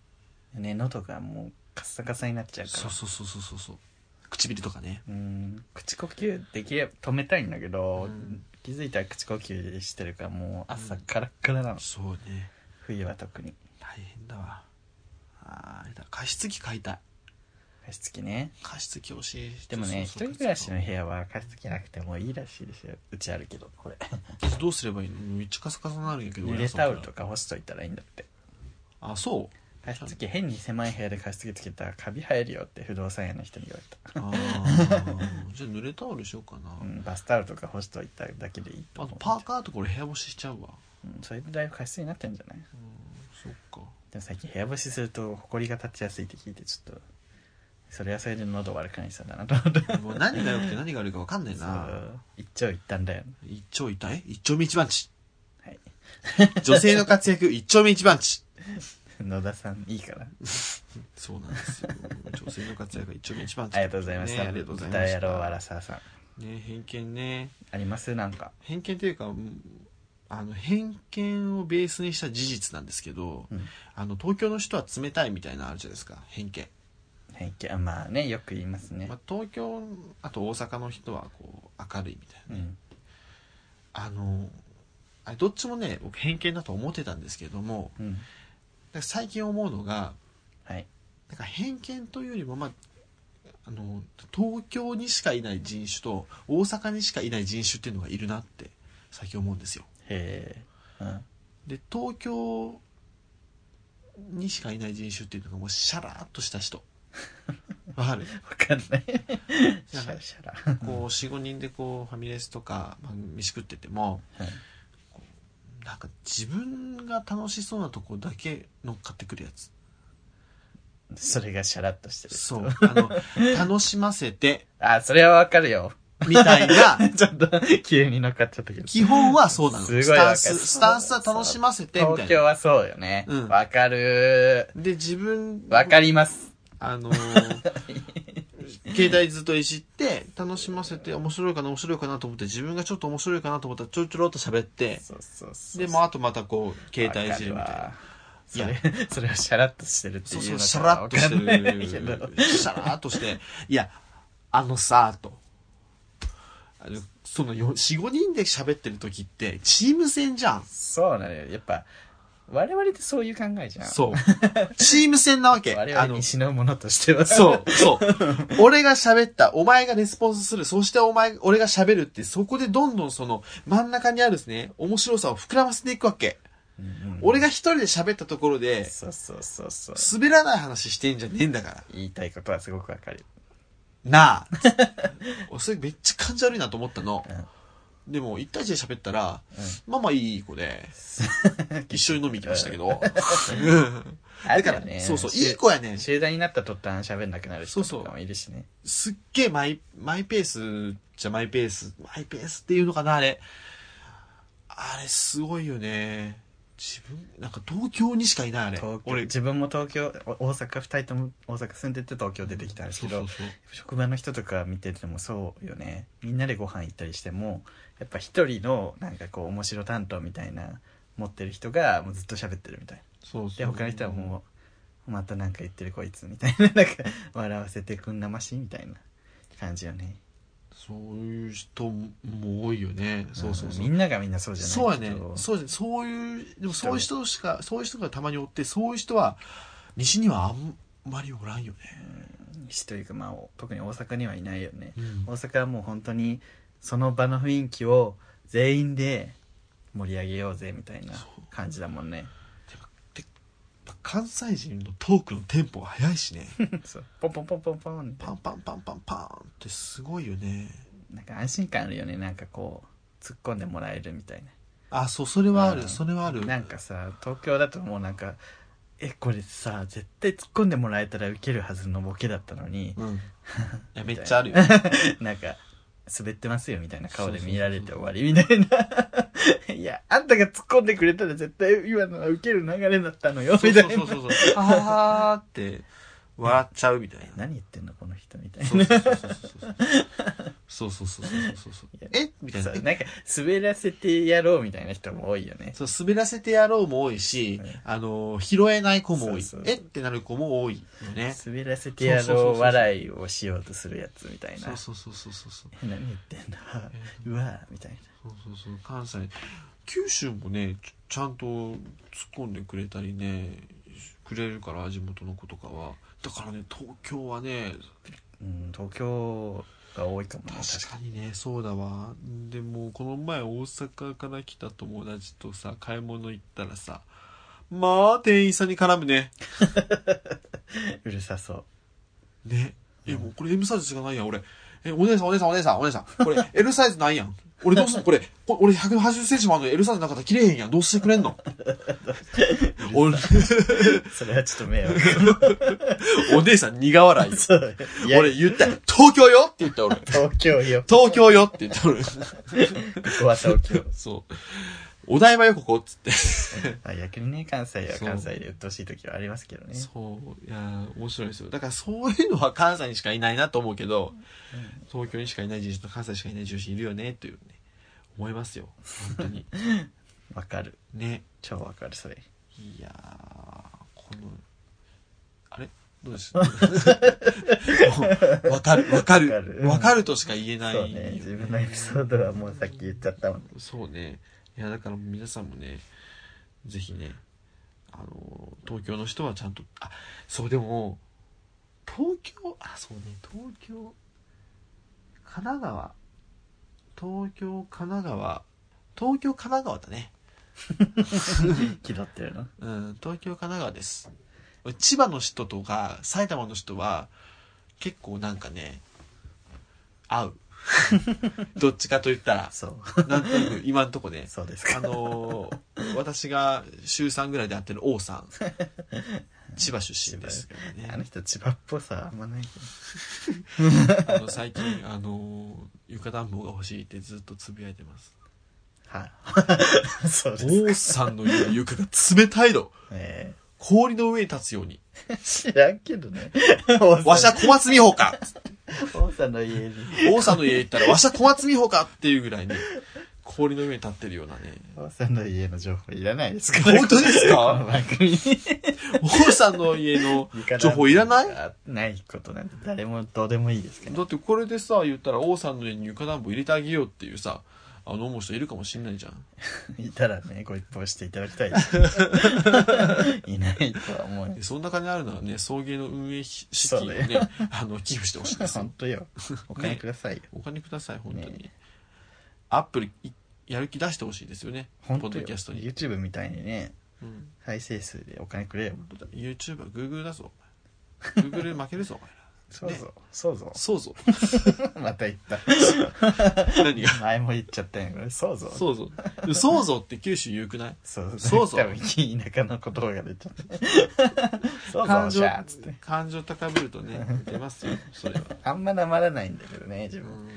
ね喉がもうカッサカサになっちゃうから
そうそうそうそうそうそう。唇とかね。
うん口呼吸できれば止めたいんだけど、
うん
気づいたら口呼吸してるからもう朝カラッカラなの、
そうね。
冬は特に
大変だわ。あーあれだ。加湿器買いたい。
加湿器ね
加湿器欲しい。
でもね一人暮らしの部屋は加湿器なくてもいいらしいですようちあるけどこれ
えどうすればいいのめっちゃカサカサになるんやけど。
濡れ
俺
タオルと。か干しといたらいいんだって
あ、そ
加湿器変に狭い部屋で加湿器つけたらカビ生えるよって不動産屋の人に言われ
う。あ
<laughs>
ーじゃあ濡れタオルしようか
た、う
な。
ん、バスタオルとか干しといただけでいいと
あ
思
と
う
パーカーとか俺部屋干ししちゃうわ。
うんそれでだいぶ加湿になってんじゃない
そっか。
でも最近部屋干しすると埃が立ちやすいって聞いてちょっとそれはそれで喉悪くなりそうだなと思って
もう何が良くて何が悪いか分かんないな。
そう一長一短だよね
一丁痛い一丁目一番地。
はい
女性の活
<laughs>
躍、一丁目一番地。
野田さんいいから
そうなんですよ。女性の活躍が一丁目一番地。
ありがとうございました、
ねありがとうございました。
豚野郎アラサーさん
ね偏見ね。
ありますなんか
偏見というか、うんあの、偏見をベースにした事実なんですけど、
うん
あの、東京の人は冷たいみたいなのあるじゃないですか。偏見。
偏見あまあねよく言いますね、
まあ、東京、あと大阪の人はこう、明るいみたいな。
うん
あの、あれどっちもね、僕偏見だと思ってたんですけども、
うん
なんか最近思うのが、
はい
なんか偏見というよりも、まあ、あの東京にしかいない人種と大阪にしかいない人種っていうのがいるなって最近思うんですよ
へえうん
で東京にしかいない人種っていうのがもうシャラーっとした
<laughs>
人わかる
わかんないシ
なん
ャ
か
ラシャラ
こう45人でこうファミレスとか、まあ、飯食ってても
はい
なんか自分が楽しそうなとこだけ乗っかってくるやつ
それがシャラっとしてる
そうあの楽しませて
あそれはわかるよ
みたいな
<laughs> ちょっと急に乗っかっちゃったけど
基本はそうなの。
すごい
スタン
わ
ス
か、る
スタンスは楽しませて、みた
東
い
京
な。
はそうよね
うん
わ、かる
で、自分、
わかります
あのー
<laughs>
携帯ずっといじって、楽しませて、面白いかな、面白いかなと思って、自分がちょっと面白いかなと思ったら、ちょろちょろっと喋って、
そうそうそう
で、もうあとまたこう、携帯いじるみたい
わかるわ
な。
それ <laughs> それはシャラッとしてるって
そ
いうう
そ
の
う、シャラッ
か
として
わかんないけど
る。シャラッとして、いや、あのさ、と。あのそのよ4、5人で喋ってる時って、チーム戦じゃん。
そうなのよやっぱ我々ってそういう考えじゃん
そう。チーム戦なわけ。
<laughs> 我
あ
々
の
に死ぬものとしては
そう、
<laughs>
そう。俺が喋った、お前がレスポンスする、そしてお前、俺が喋るって、そこでどんどんその、真ん中にあるですね、面白さを膨らませていくわけ。
うんうん
俺が一人で喋ったところで、
そうそうそうそう
滑らない話してんじゃねえんだから。
言いたいことはすごくわかる <laughs>
なあ。俺それめっちゃ感じ悪いなと思ったの。
うん
でも、一対一で喋ったら、まあまあいい子
<laughs>
で、一緒に飲み行きましたけど。
あ
だ
る
から、
よね
そうそう、いい子やねん。
集団になった途端喋んなくなる人とかもいるしね
すっげえマイ、マイペースじゃマイペース、マイペースっていうのかな、あれ。あれすごいよね。自分なんか東京にしかいないあれ
東京
俺
自分も東京お大阪二人とも大阪住んでて東京出てきたんですけど、
そうそう
職場の人とか見ててもそうよねみんなでご飯行ったりしてもやっぱ一人のなんかこう面白担当みたいな持ってる人がもうずっと喋ってるみたいな
そうそうそう
で他の人はもうまたなんか言ってるこいつみたいな <laughs> なんか笑わせてくんなましみたいな感じよね
そういう人も多いよねそうそうそう、
んみんながみんなそうじゃない
そうやね
けど
そうやねそういうでもそういう人しかそういう人がたまにおってそういう人は西にはあんまりおらんよね、
西というかまあお特に大阪にはいないよね
うん
大阪はもう本当にその場の雰囲気を全員で盛り上げようぜみたいな感じだもんね
関西人のトークのテンポが速いしね
そうポンポンポンポンポンって
パンパンパンパンパンってすごいよね
なんか安心感あるよねなんかこう突っ込んでもらえるみたいな
あそうそれはある、
うん
それはある
なんかさ東京だともうなんかえこれさ絶対突っ込んでもらえたらウケるはずのボケだったのに
<laughs> うんいやめっちゃあ <laughs> るよ
なんか滑ってますよみたいな顔で見られて終わりみたいないやあんたが突っ込んでくれたら絶対今のはウケる流れだったのよみた
そ
いうな
そうそうそうそうあーって笑っちゃうみたいな
何言ってんのこの人みたいな <laughs>
そうそうそう <laughs> そうそうそうそうそうそうそう
いや
えみたいな
そうなんか滑らせてやろうみたいな人も多いよね
そう滑らせてやろうも多いし、
うん
あの拾えない子も多い
そうそう
えってなる子も多いよね
滑らせてや
そうそうそう
ろ
そうう
笑いをしようとするやつみたいな
そうそうそうそうそうそう
え何言ってんだ <laughs> うわみたいな
そうそうそう関西九州もねちちゃんと突っ込んでくれたりねくれるから地元の子とかはだからね東京はね
うん東京が多いかもね
確かにねそうだわでもこの前大阪から来た友達とさ買い物行ったらさまあ店員さんに絡むね
にうるさそう
ねえ、もうこれ M サイズしかないやん、俺。え、お姉さん、お姉さん、お姉さん、お姉さん。これ、L <laughs> サイズないやん。俺どうすんのこれ、こ俺180センチもあるのに L サイズなかったら切れへんやん。どうしてくれんのお、
それはちょっと
<laughs>
迷惑
お姉さん苦笑い。
そういや
俺言ったよ。東京よって言った俺。
東京
<laughs>
よ
東京よって言った俺。 <laughs>
ここは東京
そう。お台場よ、ここっつって。
まあ逆にね関西は
そう
関西で鬱陶しい時はありますけどね
そう。いやー面白いですよ。だからそういうのは関西にしかいないなと思うけど、東京にしかいない人種と関西にしかいない人種いるよね、というね。思いますよ。本当
<laughs>
に。
わかる
ね。
超わかるそれ
いやーこのあれどうです
<laughs>
わかるわか
わか
る
る
わかるとしか言えない
そうね自分のエピソードはもうさっき言っちゃったもん
そうねいやだから皆さんもねぜひねあの東京の人はちゃんとあそうでも東京あそうね東京神奈川東京神奈川東京神奈川だね
気取ってるの
うん、東京、神奈川です。千葉の人とか埼玉の人は結構なんかね、合う。 <laughs> どっちかと言ったら、
そう
なんとなく今んとこね。
そうです
あ
か
のー私が週3ぐらいで会ってる王
<laughs>
さん。千葉出身ですからね
あの。人千葉っぽさあんまないけど
あの最近、あのー床暖房が欲しいってずっとつぶやいてます。
はい <laughs> そうで
王
す
さんの家の床が冷たいの。
え
氷の上に立つように。
ー知らんけど <laughs> ね王
わし
さ
ゃ小松美穂か
ん王さんの家に
王さんの家行ったら、わしゃ小松美穂かっていうぐらいに、氷の上に立ってるようなね。
王さんの家の情報いらないですか
本当です
この
か
番組に
王さんの家の情報いらない
あないことなんて誰もどうでもいいですから
だってこれでさ、言ったら王さんの家に床暖房入れてあげようっていうさ、あの思う人いるかもしんないじゃん。
いたらねご一報していただきたい <laughs> いないとは思う
でそんな金あるならね、送迎の運営費資
そ
金
う
を
ね
ね、 <laughs> あの、寄付してほしいです。
<laughs> 本当よお金くださいよ、
お金ください、本当に。
ね
アップルい、やる気出してほしいですよね。ポ
本
ッ
当
ド
よ
キャストに。
YouTube みたいにね
うん、
再生数でお金くれよ
YouTuber、Google だぞ。Google
<laughs>
負けるぞ、お前ら。
そうぞ、そうぞ
そうぞ。
<laughs> また言った
何が
前も言っちゃったんやけどそうぞ
そうぞ。でもそうぞって九州言うくない
そう
そうぞ
多分田舎の言葉が出ちゃったそうぞ
感
お
情
しゃーっつって、
感情高ぶると
<laughs>
ね、出ますよ、それは。
あんまなまらないんだけどね自
う
分、
ん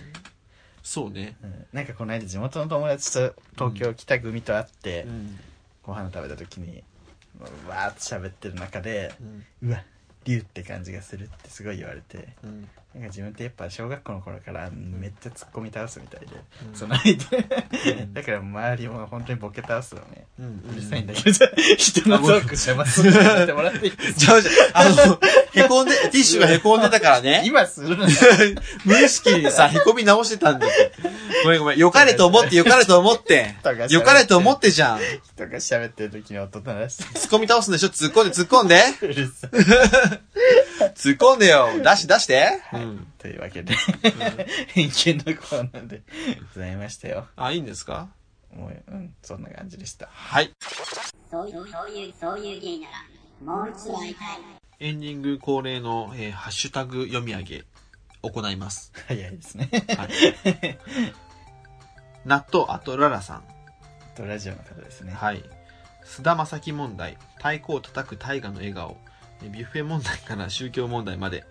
そうね。
うんなんかこの間地元の友達と東京北組と会って、
うん。
ご飯を食べた時にわーっと喋ってる中で
うん
うわ竜って感じがするってすごい言われて
うん
なんか自分ってやっぱ小学校の頃からめっちゃ突っ込み倒すみたいで、
うん
その相手、
うん
だから周りも本当にボケ倒すのね、
うんうん
うるさいんだけどじゃあ人のトーク邪魔するのやめてもらっていい
じゃあ、じゃあ、あの、へこんで、ティッシュがへこんでたからね。
今するのよ
<laughs> 無意識にさ、へこみ直してたんだよ。ごめんごめん。よかれと思って、よかれと思って
人が喋っ。て
よかれと思ってじゃん。
人が喋ってる時に音鳴らして
突っ込み倒すんでしょ突っ込んで、突っ込んで。
うるさい
突っ込んでよ。出して、出して。
うん
というわけで、偏見のコーナーでございましたよ
あ、いいんですか
もう、うん、そんな感じでした
はい。
そういう、そういう、そういう芸なら、もう一度会いたい。
エンディング恒例の、えーハッシュタグ読み上げ、行います。
早いです <laughs> ね
<laughs>
はい。納豆あとララさん。
とラジオの方ですね
はい。菅田将暉問題、太鼓を叩く大河の笑顔、えビュッフェ問題から宗教問題まで、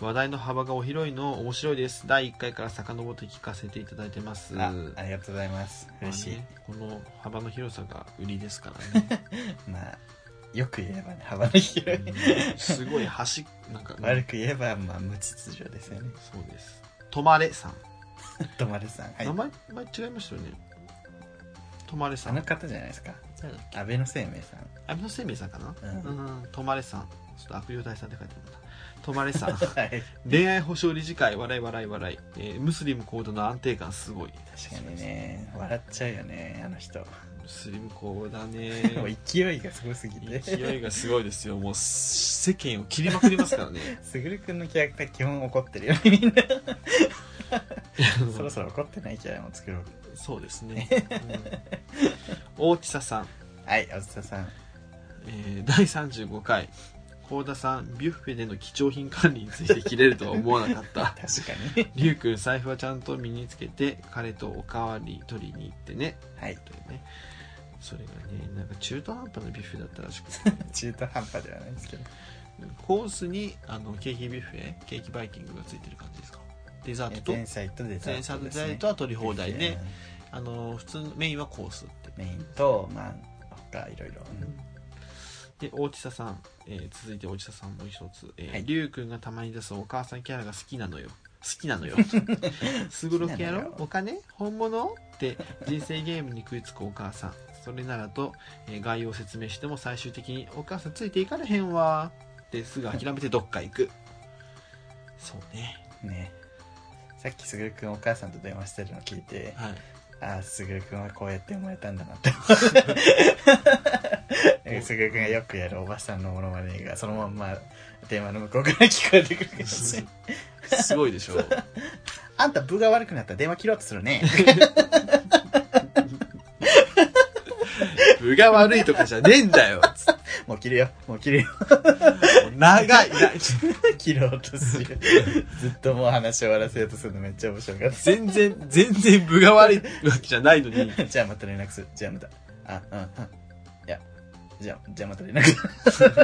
話題の幅がお広いの面白いです。第1回から遡って聞かせていただいてます。
あありがとうございます嬉しい、
まあねこの幅の広さが売りですからね。
まあよく言えばね幅の広 <laughs> い、
うんすごい端、なんか、
悪く言えばまあ無秩序ですよね
そうです。とまれさん。
とまるさんはい
名前前違いましたよね。とまれさ
あ
ん。
の方じゃないですか
誰だっけ
安倍の生命さん
安倍の生命さんかな
う
うん、とまれさん。ちょっと悪霊大さんって書いてあるんだ。とまれさん。
はい確
恋愛保障理事会笑い笑い笑い、えームスリムコードの安定感すごい
かにね笑っちゃうよねあの人
ムスリムコードだ
<laughs> もう
ね
勢いがすごすぎて
勢いがすごいですよもう世間を切りまくります
<laughs>
からね
すぐるくんのキャラクター基本怒ってるよねみんなそろそろ怒ってないキャラも作ろう
そうですね、うん大地佐さん、
はいあずささん
えー第35回幸田さんビュッフェでの貴重品管理について切れるとは思わなかった
<laughs> 確かに
リュウくん財布はちゃんと身につけて彼とおかわり取りに行ってね
はい
というねそれがねなんか中途半端なビュッフェだったらしくて
中途半端ではないんですけど
コースにあのケーキビュッフェケーキバイキングがついてる感じですかデザートと
前菜とデザ
前菜
ート
とデ
です
ザ
ね
ートは取り放題
で
であの普通のメインはコースって
メインとまあ他いろいろ
で大地佐さん、えー続いて大地佐さんもう一つ、えー
はい
リュウ君がたまに出すお母さんキャラが好きなのよ好きな
<laughs>
のよすごろくや
好きな
ろ
のよ
お金本物って人生ゲームに食いつくお母さんそれならと、えー概要を説明しても最終的に「お母さんついていかれへんわ」ってすぐ諦めてどっか行くそうね
うんねさっきすぐるくんお母さんと電話してるの聞いて
はい
ああすぐるくんはこうやって生まれたん
<laughs>
だなってなんかすぐるくんがよくやるおばさんのモノマネがそのまんま電話の向こうから聞こえてくるけどね
すごいでしょ
あんた部が悪くなったら電話切ろうとするね
部が悪いとかじゃねえんだよ
もう切るよもう切るよ <laughs>
長いな
切ろうとす <laughs> るずっともう話終わらせようとするのめっちゃ面白かった
全然全然部が悪いわけじゃないのに
じゃあまた連 <laughs> 絡する。じゃあまた。あ、うん、うん。いや、じゃあ、じゃあまた連絡 <laughs> する。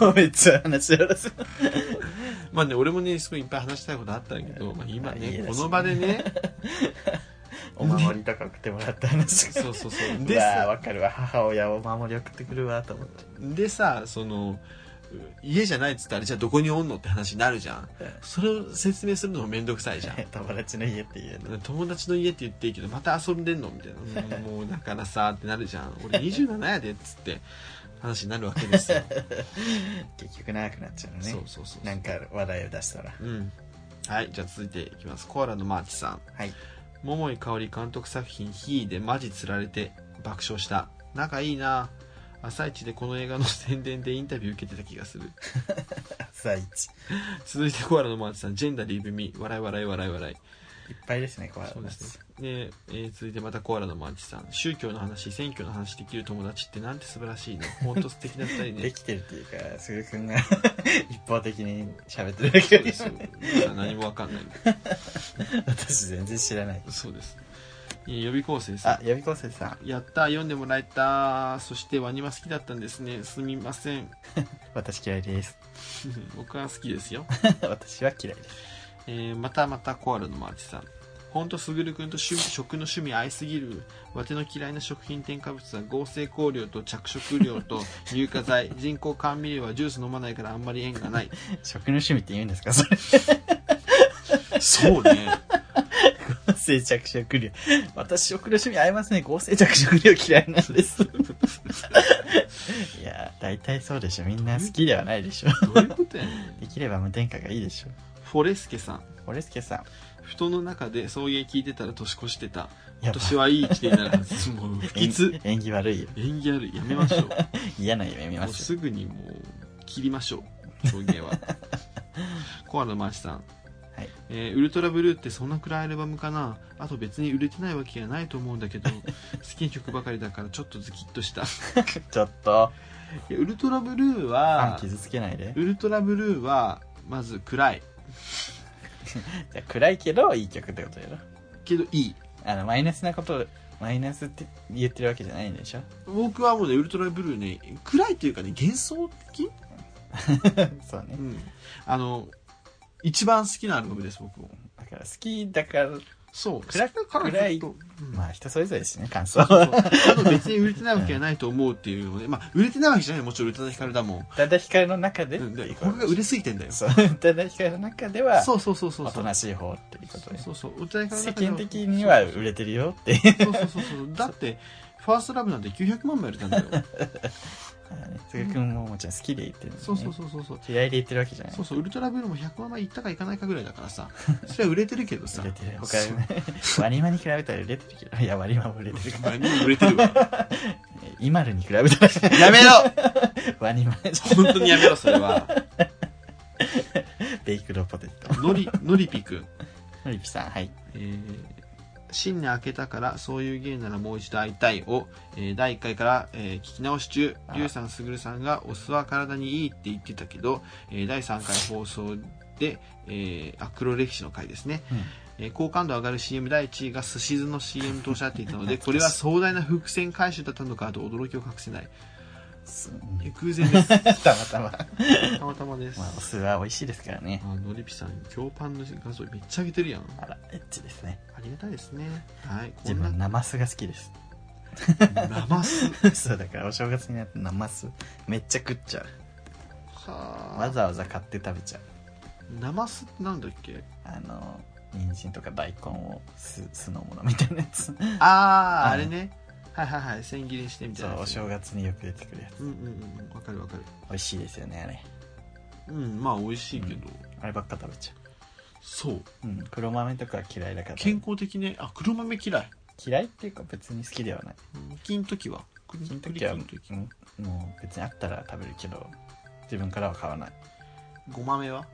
もうめっちゃ話し合わせ。
まあね俺もねすごいいっぱい話したいことあったんだけど、まあ、今
いい
ね
です
こ
ね
の場でね
お守りとか送ってもらった <laughs> 話が。
そうそう <laughs> そう
で
で
さ、
さ
わかるわ。母親をお守り送ってくるわ、と思って。
でさその家じゃないっつったらじゃあどこにおんのって話になるじゃんそれを説明するのも面倒くさいじゃん
友達の家って言える。
友達の家って言っていいけどまた遊んでんのみたいな、うんもうだからさってなるじゃん俺27やでっつって話になるわけ <laughs> ですよ、
結局長くなっちゃうのね。
そうそうそう
なんか話題を出したら。
うんはいじゃあ続いていきますコアラのマーチさん
はい。
桃井かおり監督作品「ヒー」でマジつられて爆笑した仲いいな朝一でこの映画の宣伝でインタビュー受けてた気がする <laughs>
朝一。
続いてコアラのマーチさん「ジェンダーリブミ笑い笑い笑い笑い
いっぱいですね、こう
そうですねで、えー続いてまたコアラのマーチさん「宗教の話選挙の話できる友達ってなんて素晴らしいの本当素敵な二人
<laughs> で
ね
きてるっていうか、すぐくんが <laughs> 一方的に喋ってるだけ
そうですよ何もわかんない
私全然知らない。
そうです、えー予備校生さん
あ、予備校生さん。
やった読んでもらえたそしてワニマ好きだったんですねすみません
私嫌いです。 <laughs>
僕は好きですよ
私は嫌いです。
えーまたまたコアラのマーチさんほんとすぐるくんと趣味食の趣味合いすぎるわての嫌いな食品添加物は合成香料と着色料と乳化剤人工甘味料はジュース飲まないからあんまり縁がない
食の趣味って言うんですかそれ。 <laughs>
そうね
合成着色料。私、食の趣味合いますね。合成着色料嫌いなんです。 <laughs> いやー、大体そうでしょ。みんな好きではないでしょ。
どういうことやねん
できれば無添加がいいでしょ。
フォレスケさん
オレスケさん。
布団の中で送迎聞いてたら年越してた
や
今
ば
年はいい一年になるはずもう不
縁
吉
縁起悪いよ。
縁起あるやめましょう
嫌な夢見
も
ま
う
す
すぐにもう切りましょう送 <laughs> 迎はコアのマーシさん
はい
えーウルトラブルーってそんな暗いアルバムかなあと別に売れてないわけがないと思うんだ <laughs> けど好きな曲ばかりだからちょっとズキッとしたい
よ。ちょっと、
やウルトラブルー
ファン
は
傷つけないで
ウ。ルトラブルーはまず暗い
じゃあ暗いけど、いい曲ってことやろ。
けどいい
あの、マイナスなことを、マイナスって言ってるわけじゃないんでしょ。 <laughs>
僕はもうねウルトラブルーね暗いというかね幻想的
そうね
う。んあの一番好きなアルバムです僕も
だから好きだから、
そう
暗
好きだから
暗
ず
い
っとうん
まあ人それぞれですね、感想
そ
は。
うあと別に売れてないわけじゃないと思うっていうの
<laughs>
ね、まあ、売れてないわけじゃないもちろん宇多田ヒカルだもん、
ただ光の中で、
うん、で
っていう
これが売れすぎてんだよそ
そう。ただ光の中では、
うそうそうそう
お
そ
と
う
なしい方っていうことで。
そうそう宇多田ヒカル
世
だから
間的には売れてるよって。
そうそうそうそうだってファーストラブなんて900万枚売れたんだよ
つぐくんももちろん好きで言ってる、ね。
そうそうそうそうそう
嫌いで言ってるわけじゃない
そ。うそうウルトラブルーも100万枚いったかいかないかぐらいだからさそれは売れてるけどさ
売れてる。他、ワニマに比べたら売れてるけど、いや、ワニマも売れてるけど、
何も売れてるわ
イマルに比べたら、
やめろ
ワニマ、
本当にやめろそれは
ベイクドポテト。
ノリノリピくん
のりぴさん、はい。
えー新年明けたからそういう芸ならもう一度会いたいを、えー第1回から、えー聞き直し中
あ
りゅうさんすぐるさんがお酢は体にいいって言ってたけど、えー第3回放送で、えー、あ黒歴史の回ですね、えー好感度上がる CM 第1位がすし酢の CM とおっしゃっていた
<laughs>
のでこれは壮大な伏線回収だったのかと驚きを隠せない
す
えー偶然
<laughs>
ですた
たまたま。
またまです、
まあ、お酢は美味しいですからね。
あのりぴさん今日パンの画像めっちゃ上げてるやん
あら、エッチですね。
ありがたいですねはいこ
自
んな
分、生酢が好きです。 <laughs>
生酢
そう、だからお正月になって生酢、めっちゃ食っちゃう。
は
わざわざ買って食べちゃう。
生酢ってなんだっけ
あの、人参とか大根を酢酢のものみたいなやつ。
<laughs> あ
うん
ああれねはいはいはい千切りにしてみた
そ
いな
う、お
やつ
正月によく出てくるやつ。
うんうんうんわかるわかる
美味しいですよね、あれ。
うんまあ美味しいけど、
あればっか食べちゃ
そう
う。うん、黒豆とか嫌いだから。
健康的ねあ黒豆嫌い
嫌いっていうか別に好きではない。
うん金時は栗
金
栗
時は、う
金
ん
時
もう別にあったら食べるけど、自分からは買わ
<laughs>
ない。 <laughs>
ごまめは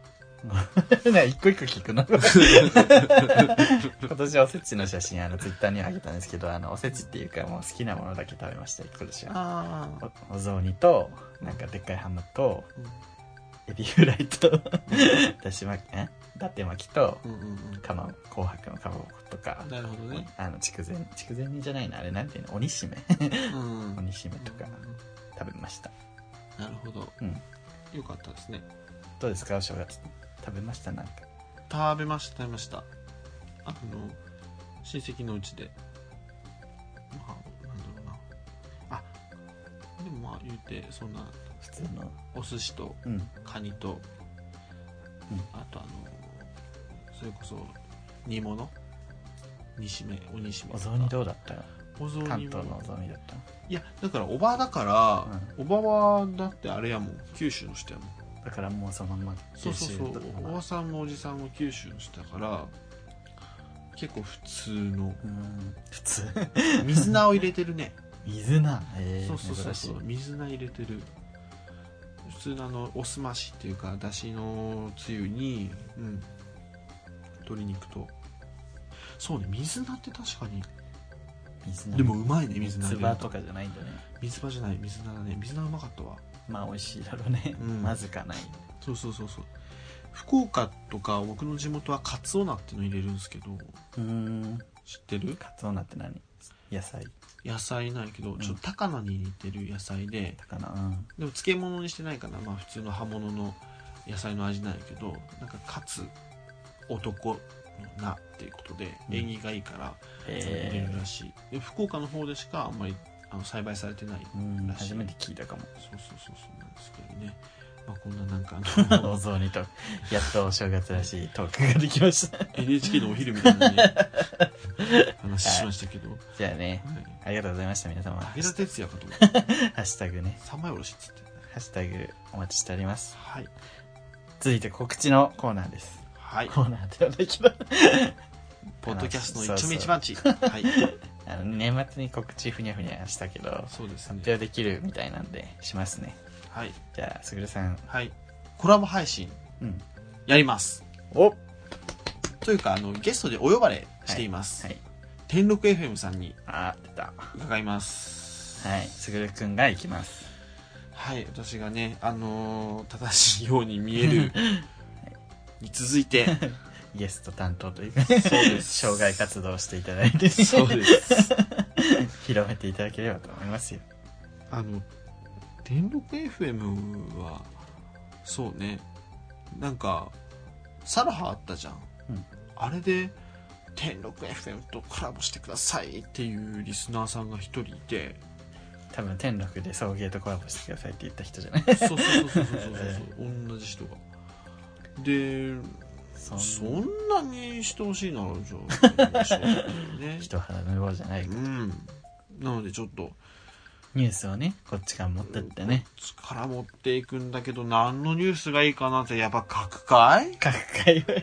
ね、一個一個聞くの <laughs>
<laughs>
今年おせちの写真あのツイッターにはあげたんですけどあのおせちっていうかもう好きなものだけ食べました今年は
ああ
おお雑煮となんかでっかいハムと
うん
エビフライと <laughs> だし巻きえ伊達巻きと
うんうんうん
かま紅白のかまぼことか
なるほどね
あの筑前筑前煮じゃないなあれなんていうの鬼しめ <laughs>
うん
鬼しめとか
うん
食べました
なるほど、
うん
よかったですね
どうですかお正月食べましたなんか
食べました食べましたあの親戚のうちでまあなんだろうなあでもまあ言うてそんな
普通の
お寿司と
うん
カニと、
うん
あとあのそれこそ煮物煮しめお煮しめ
お
とか
雑煮どうだった
お雑煮
関
は
東のお雑煮だった
いやだからおばだから、おばはだってあれやもん九州の人やもん
だからもうそのまま
そうそうそう
九州と
おばさんもおじさんも九州の人だから結構普通
<laughs>
の
うん普通
水菜を入れてるね
水なえー、
そうそうそう
珍し
そ
いう
水菜入れてる普通のあのおすましっていうかだしのつゆにうん鶏肉とそうね水菜って確かに
水菜
でもうまいね水菜
水
入れる
場とかじゃないんだね
水場じゃない水菜だね水菜うまかったわ
まあ美味しいだろうね、
うん
まずかない
そうそうそうそう福岡とか僕の地元はカツオ菜っていうの入れるんですけど
うん
知ってる
カツオナって何野菜
野菜なんやけどちょっと高菜に似てる野菜で、
だかなうん
でも漬物にしてないからまあ普通の葉物の野菜の味なんやけどなんかカツ男みんなっていうことで縁起がいいから入れ
え
るらしい、で福岡の方でしかあんまりあの栽培されてない
ー、うん
らしい
初めて聞いた <laughs> かも
そうそうそうそうなんですけどね、まあ、こんななんかあ
お
の
<laughs> 雑煮とやっとお正月らしいトークができました
NHK のお昼みたいな、ね、話しましたけど、はい、
<laughs> じゃあねありがとうございました皆様
武田鉄矢かと思って
ハッシュタグね
三枚おろしっつって
ハッシュタグお待ちしております
はい
続いて告知のコーナーです <laughs>
はい
コーナーではないけど
ポッドキャストの一
そうそ
丁
う
目一番地はい
あの年末に告知ふにゃふにゃしたけど
そうです
発
ね
表できるみたいなんでしますね
はい
じゃあすぐるさん
はいコラボ配信
うん
やります
お
というかあのゲストでお呼ばれしています、
はい
天禄 FM さんに
あー出た
伺います
はいすぐるくんが行きます
はい、私がね、あのー正しいように見え <laughs> るに続いて、
ゲスト担当というか
そうです。
<laughs> 障害活動をしていただい
<laughs>
て
そうです。
<laughs> 広めていただければと思いますよ
あの、電力 FM は、そうね、なんか、サラハあったじゃん。
うん
あれで、天禄 FM とコラボしてくださいっていうリスナーさんが一人いて、
多分天禄で送迎とコラボしてくださいって言った人じゃない
そうそうそうそうそうそう
<laughs>
そう、同じ人が。で、
そん
そ
なん
なにしてほしいなら、じゃあ、そうだよ
<laughs>
ね。
人肌のようじゃない
うん。なのでちょっと、
ニュースをねこっちから持ってってね
力持っていくんだけど、何のニュースがいいかなって、やっぱ各界
学会
<laughs>
は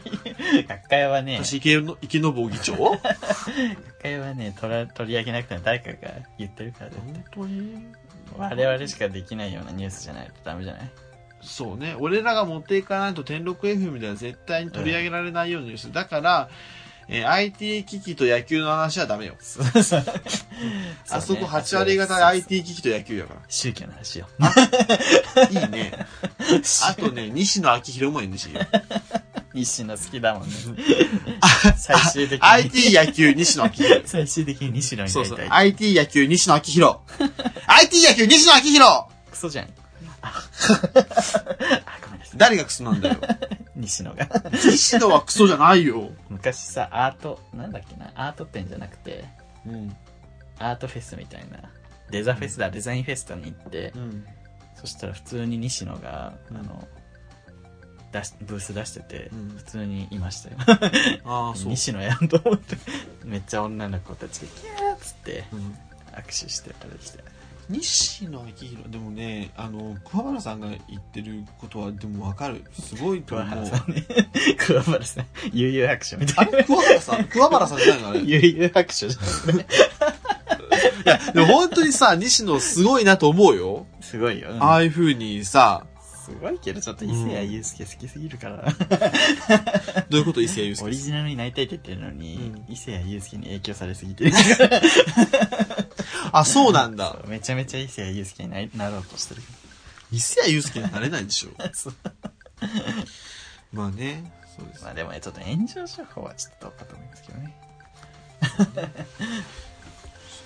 学会はね
私、池の、池の坊議長本
学会はね取ら取り上げなくても誰かが言ってるから絶対
当に
我々しかできないようなニュースじゃないとダメじゃない
そうね。俺らが持っていかないと、天禄 FM では絶対に取り上げられないようなニュース。だから、えー IT 機器と野球の話はダメ <laughs> よ。 <laughs> あそこ8割方で IT 機器と野球やか
宗教の話よ <laughs>
ら。いい <laughs> ね。あとね、西野昭弘も NG <laughs> よ。
西野好きだもんね <laughs> 最終的に
IT 野球西野昭弘。
<laughs> 最終的に西野に
そ
な
う
り
そう
た。い
IT 野球、西野昭弘。IT 野球、西野昭弘
クソじゃん <laughs> ああごめんなさい
誰がクソなん <laughs> だよ。
西野が <laughs>
西野はクソじゃないよ。
昔さアートなんだっけなアート展じゃなくて
うん。
アートフェスみたいなデザフェスだデザインフェスタに行って、
うん。
そしたら普通に西野が、
うん
あの出しブース出してて、
うん
普通にいましたよ
ああ、そう。
西野やんと思って <laughs> めっちゃ女の子たちがキャーっつって
うん
握手してたりして
西野昭弘、でもね、あの、桑原さんが言ってることは、でもわかる。すごいと
桑
思
原
う。
さんね <laughs> 桑原さん悠々白書みた
あ
いな
れ桑原さん桑原さんじゃないのあれ。い
<laughs> 悠々白書じゃん
や、でも本当にさ、西野すごいなと思うよ。
<laughs> すごいよ、うん
ああいう風にさ、
すごいけどちょっと伊勢谷友介好きすぎるから、
どういうこと伊勢祐
<laughs> オ
介
リジナルになりたいって言ってるのに、
う
伊勢谷友介に影響されすぎ <laughs> てる
あ、そうなんだ。
めちゃめちゃ伊勢谷友介になりなろうと <laughs> してる
伊勢谷祐介になれないでしょ。まあね、そうです
まあでもねちょっと炎上処方はちょっとどうかと思いますけどね
そ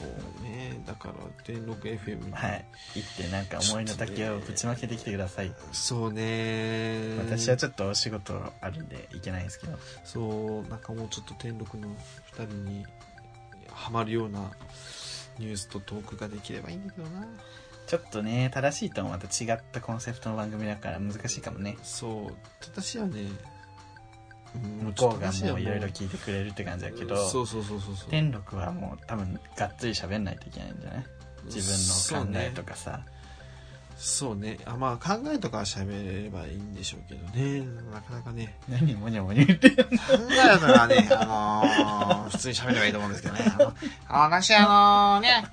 うねだから天禄 FM に
はい行ってなんか思いの丈をぶちまけてきてください、
そうね
私はちょっとお仕事あるんで行けないんですけど
そうなんかもうちょっと天禄の2人にハマるようなニュースとトークができればいいんだけどな
ちょっとね正しいともまた違ったコンセプトの番組だから難しいかもね
そう正しいはねうん
向こうが
正しい
も
は
ういろいろ聞いてくれるって感じだけど
そうそうそうそうそう
天禄はもう多分がっつり喋んないといけないんじゃない自分の考えとかさ、
そうねそうねあまあ考えとかは喋ればいいんでしょうけどねなかなかね
何もにゃもにゃ言ってる
考えとかは
<laughs>
ね、あのー、普通に喋ればいいと思うんですけどね。あの
あ私、あのね、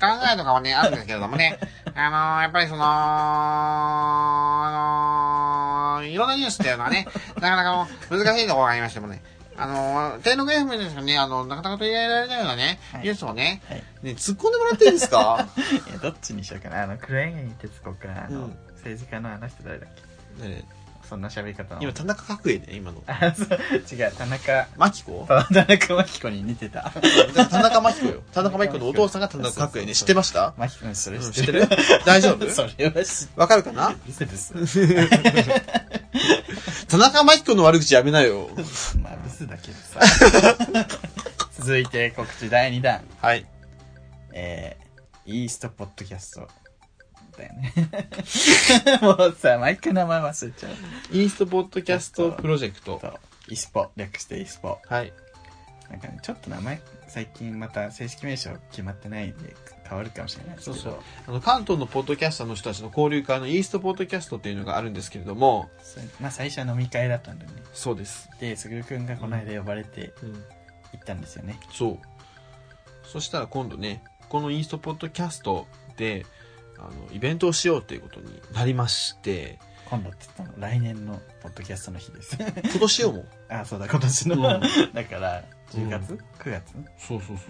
考えとかはね、あるんですけれどもね、 <laughs> あのやっぱりその、あのいろんなニュースっていうのはね、なかなかもう難しいところがありましてもね、あのー、天禄 FM ですよね、あの、なかなか取り上げられないようなね、
はい
ニュースをね、
ね、突っ込んでもらっていいですか
いやどっちにしようかなあの黒柳徹子かあの、
うん
政治家のあの人誰だっけ
ね
そんな喋り方の
今、田中角栄ね、今の。
あ <laughs> そう違う田中
マキコ
田中真紀子に似て <laughs> た
田中真紀子よ。田中真紀子のお父さんが田中角栄ね。知ってました
真紀子にそれ
うん
知
知
っ
ってて
る、
る大丈夫
<laughs> それは知っ
わかるか <laughs> な
ブ <laughs> スブス
田中真紀子の悪口やめなよ。
まあブ数だけどさ続いて告知第2弾
はい。
えー、イーストポッドキャストだよねもうさ毎回名前忘れちゃう
インストポッドキャストプロジェクト。
とイスポ略してイスポ
はい。
なんかねちょっと名前最近また正式名称決まってないんで変わるかもしれないですけど
そうあの、関東のポッドキャスターの人たちの交流会のイーストポッドキャストっていうのがあるんですけれども、
それまあ最初は飲み会だったんだよね
そうです。
で卓くんがこの間呼ばれて
うん。
行ったんですよね、
そう。そしたら今度ね、このインストポッドキャストで、あの、イベントをしようっていうことになりまして、
今度って言ったの来年のポッドキャストの日です
今年よも。
あそうだ今年の、
うん
だから10月、
う
9月
そうそうそうそうそうそ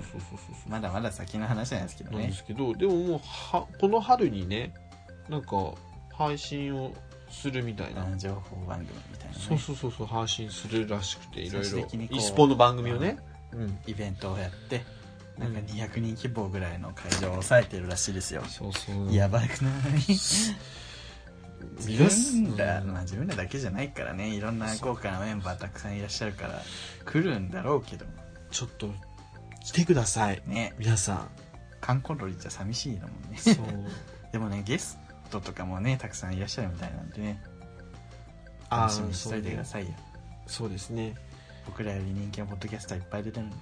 う。
まだまだ先の話なんですけど
なんで
ね
すけど、でももうはこの春にねなんか配信をするみたいな、
うん情報番組みたいな、ね、
そうそうそうそう配信するらしくていろい
最終
ろ
的にこう
e スポの番組をね、うん、
イベントをやってなんか200人規模ぐらいの会場を抑えてるらしいですよ、
そうそう
やばく
<laughs>
ない
見出す
自分ら、まあ、自分らだけじゃないからねいろんな豪華なメンバーたくさんいらっしゃるから来るんだろうけど
ちょっと来てください
ね
皆さ
観光鳥じゃ寂しいのもん
ん
ね
そう <laughs>
でもねゲストとかもねたくさんいらっしゃるみたいなんでね
あ
楽しみ
ー
にし
そ
と
う
いてくだ
ね
さいよ
そうですね
僕らより人気のポッドキャスターいっぱい出てるんで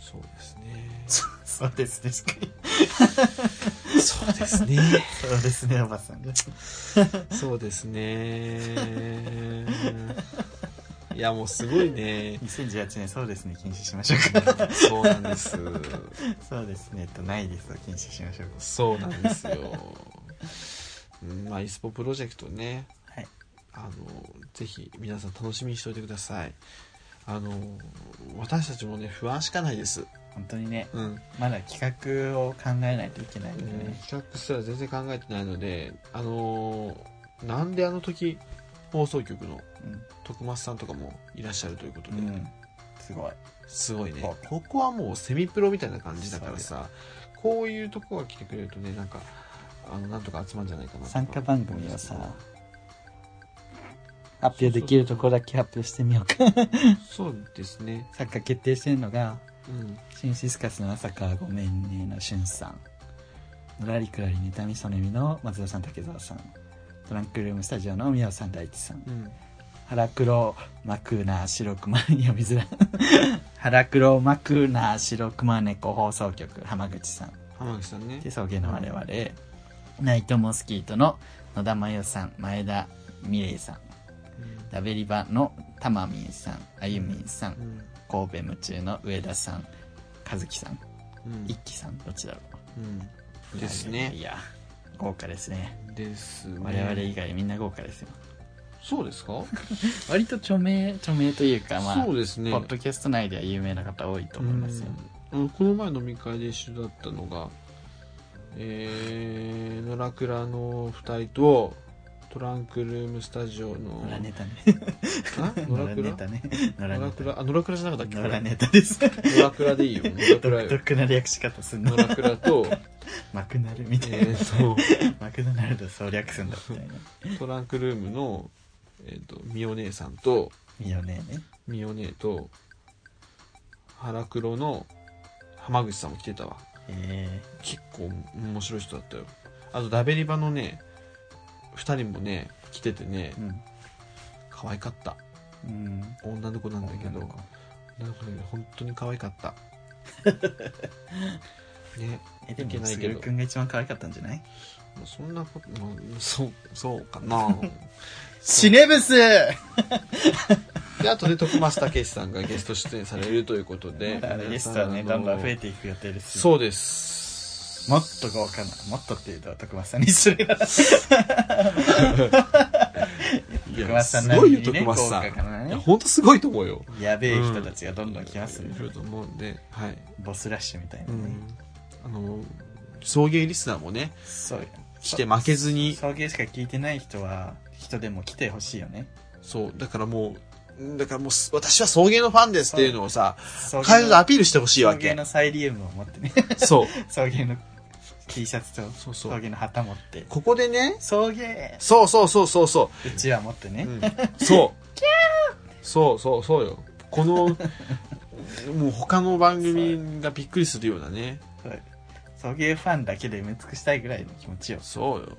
そうですね
そうですねしっかり
<laughs> そうですね
そうですねおばさん <laughs> が
そうですねいやもうすごいね
2018年そうですね禁止しましょうか
そうなんです
そうですねとないですを禁止しましょうか
そうなんですよ。うんまあ、イスポプロジェクトね、
はい
あの、ぜひ皆さん楽しみにしておいてください。あの、私たちもね、不安しかないです。
本当にね
うん。
まだ企画を考えないといけないんで
うん
ね、
企画すら全然考えてないので、あの、なんであの時、放送局の徳松さんとかもいらっしゃるということ
う
で、
ん、うん、すごい
すごいね
そう。
ここはもうセミプロみたいな感じだからさ、こういうとこが来てくれるとね、なんか、あの、なんとか集まるんじゃないかなとか
参加番組をさ発表できるところだけ発表してみようか
そうですね。
参加決定してるのが
うん。
シンシスカスの朝からごめんねのしゅんさんのらりくらりネタみそねみの松田さん竹澤さんトランクルームスタジオの宮尾さん大地さん
うん。
腹黒マクーナ白熊読みづらい腹黒マクーナ白熊猫放送局浜口さん
浜口さんね
で。送迎の我々、ナイトモスキートの野田真代さん前田美玲さんダベリバのたまみんさんあゆみんさん、
うん。
神戸夢中の上田さん和樹さん
うん
一輝さんどっちだろ
うん。
う
です
い
ね。
や豪華ですね
ですね。
我々以外みんな豪華ですよ
そうですか
割と著名著名というかまあ
そうですね
ポ。ッドキャスト内では有名な方多いと思いますよ、
うんあのこの前飲み会で一緒だったのが、えー、野良倉の二人と、トランクルームスタジオの、
野良ネタね
あ
野
野
良
良
ネ
倉
タね野
野
良
良
ネ
倉あ、野良倉じゃなかった
タ
っ
野
け
良ネタです
野良倉でいいよ。野良倉
独
よ。
特な略し方すんの
野良倉と、
マクナルみたいな、
えーと、
マクドナルドそう略すんだみたいな
トランクルームの、えっ、と、みお姉さんと、
ミオネーね
みお姉と、腹黒の浜口さんも来てたわ。
え
結構面白い人だったよ。あと、ダベリバのね、二人もね、来ててね
ー、うん
可愛かった。
うん
女の子なんだけど、女
女の
の
子
子だけど、本当に可愛か
<laughs>
った。ね、
えで
いけ
も
ない
す
け
ぐ
ど
くんが一番可愛かったんじゃない
そんなこと、まあそう、そうかな
シネブス
<laughs> で、あとで、徳松武さんがゲスト出演されるということ
<laughs>
で、
ゲストはね
皆
ど
さ
んどん増え
あ
ていく予定で
の
すよ
そうです。
もっと豪華なもっとっていうと徳松さんに失礼だな
いや
徳松さん
す
な
ご
り
い
に
よ、
ね
徳松さん。
豪華かないね
や、ほんとすごいと思うよ。
やべえ人たちがどんどん来ますね
来ると思うんで、はい。
ボスラッシュみたいな
う
ね、
ん。あの、送迎リスナーもね、
そうよ
来て負けずに、
送迎しか聞いてない人は人でも来てほしいよね
そう、だからもう、うんだからもうす、私は送迎のファンですっていうのをさ、
送
彼
迎
女
の
アピールしてほしいわ
送迎
け。
のサイリウムを持ってね <laughs>
そう。
送迎の T シャツ
そ
と
う
送
そう。
迎の旗持って
ここでね、
送迎
そうそうそうそうそう
ちわ持ってね、
う。うん、そう。そうそうそうよこのもう他の番組がびっくりするようなね
送迎ファンだけで埋め尽くしたいぐらいの気持ちよ
そうよ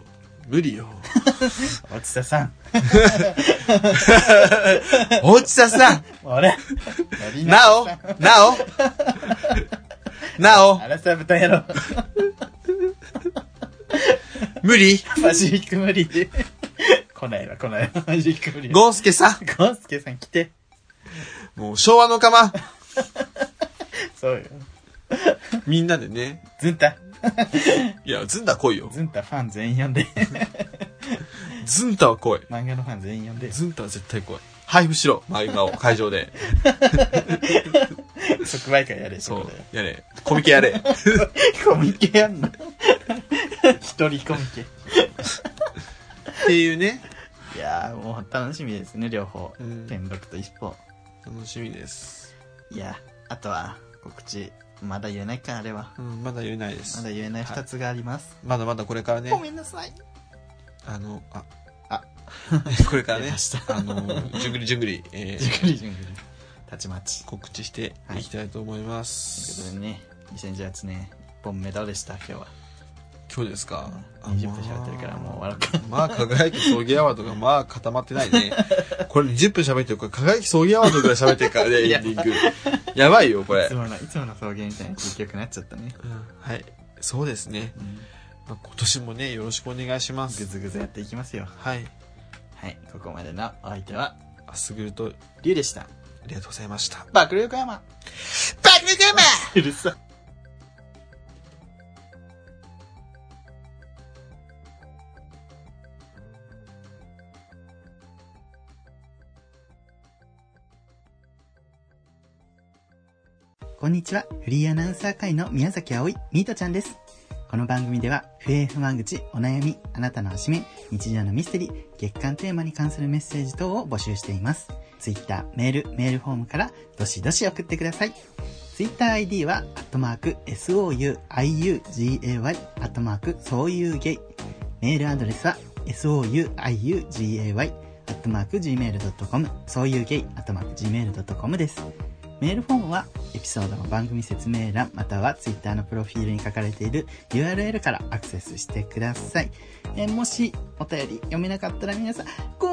無理よ
大津田さん
<laughs> 大地田さん
あれ森永
なお
さん
なおなお
あらさ豚野郎 <laughs>
無理
マジック無理で来ないわ来ないわマジック無理ゴ
ゴースケさ
ースケさん来て
んもう昭和の釜
そうよ
みんなでね
ズンタ
いやずんだ来いよ
ズンタファン全員呼んで
ずんたは来い
漫画のファン全員呼んで
ずんたは絶対来い配布しろ漫画を会場で
<laughs> 即売会やれ
そ
そうこで
やれコミケやれ
コミケやん <laughs> の一人コミケ
っていうね
いやーもう楽しみですね両方、
うん
天禄と一方
楽しみです、
いやあとは告知まだ言えないかあれは
うん、まだ言えないで
ますだ言えない
はい
2つがあります、
まだまだこれからね
ごめんなさい
あのあ <laughs>
あ
これから
出
ね
ました
あのじゅんぐりじゅんぐり、え
じゅん
ー、
ぐりじゅんぐりたちまち
告知していきたいと思いま
というこ
す、
とでね2018年1本目どうでした今日は
今日ですかあ
20分喋ってるからもう笑うか
まあ、輝き葬儀アワード
<laughs>
がまあ固まってないね。これ20分喋ってるから、輝き葬儀アワードぐらい喋ってるからね、
<laughs>
エンディング。やばいよ、こ
い
れ
つ。ものいつもの送迎みたいな結局なっちゃったね、
うんはい。そうですね。
うん、
まあ今年もね、よろしくお願いしま
ぐ
す。
ずぐずやっていきますよ
はい。
はいここまでのお相手は
あすぐると、
リュウでした
ありがとうございました。
爆力山
爆撃マン
うるさこんにちは。フリーアナウンサー会の宮崎葵、ミートちゃんです。この番組では、不平不満口、お悩み、あなたのおしめ、日常のミステリー、月間テーマに関するメッセージ等を募集しています。ツイッター、メール、メールフォームから、どしどし送ってください。ツイッター ID は、アットマーク、souiugay、アットマーク、そういうゲイ。メールアドレスは、souiugay、アットマーク、gmail.com、そういうゲイ、アットマーク、gmail.com です。メールフォームは、エピソードの番組説明欄、またはツイッターのプロフィールに書かれている URL からアクセスしてください。えーもし、お便り読めなかったら皆さん、ご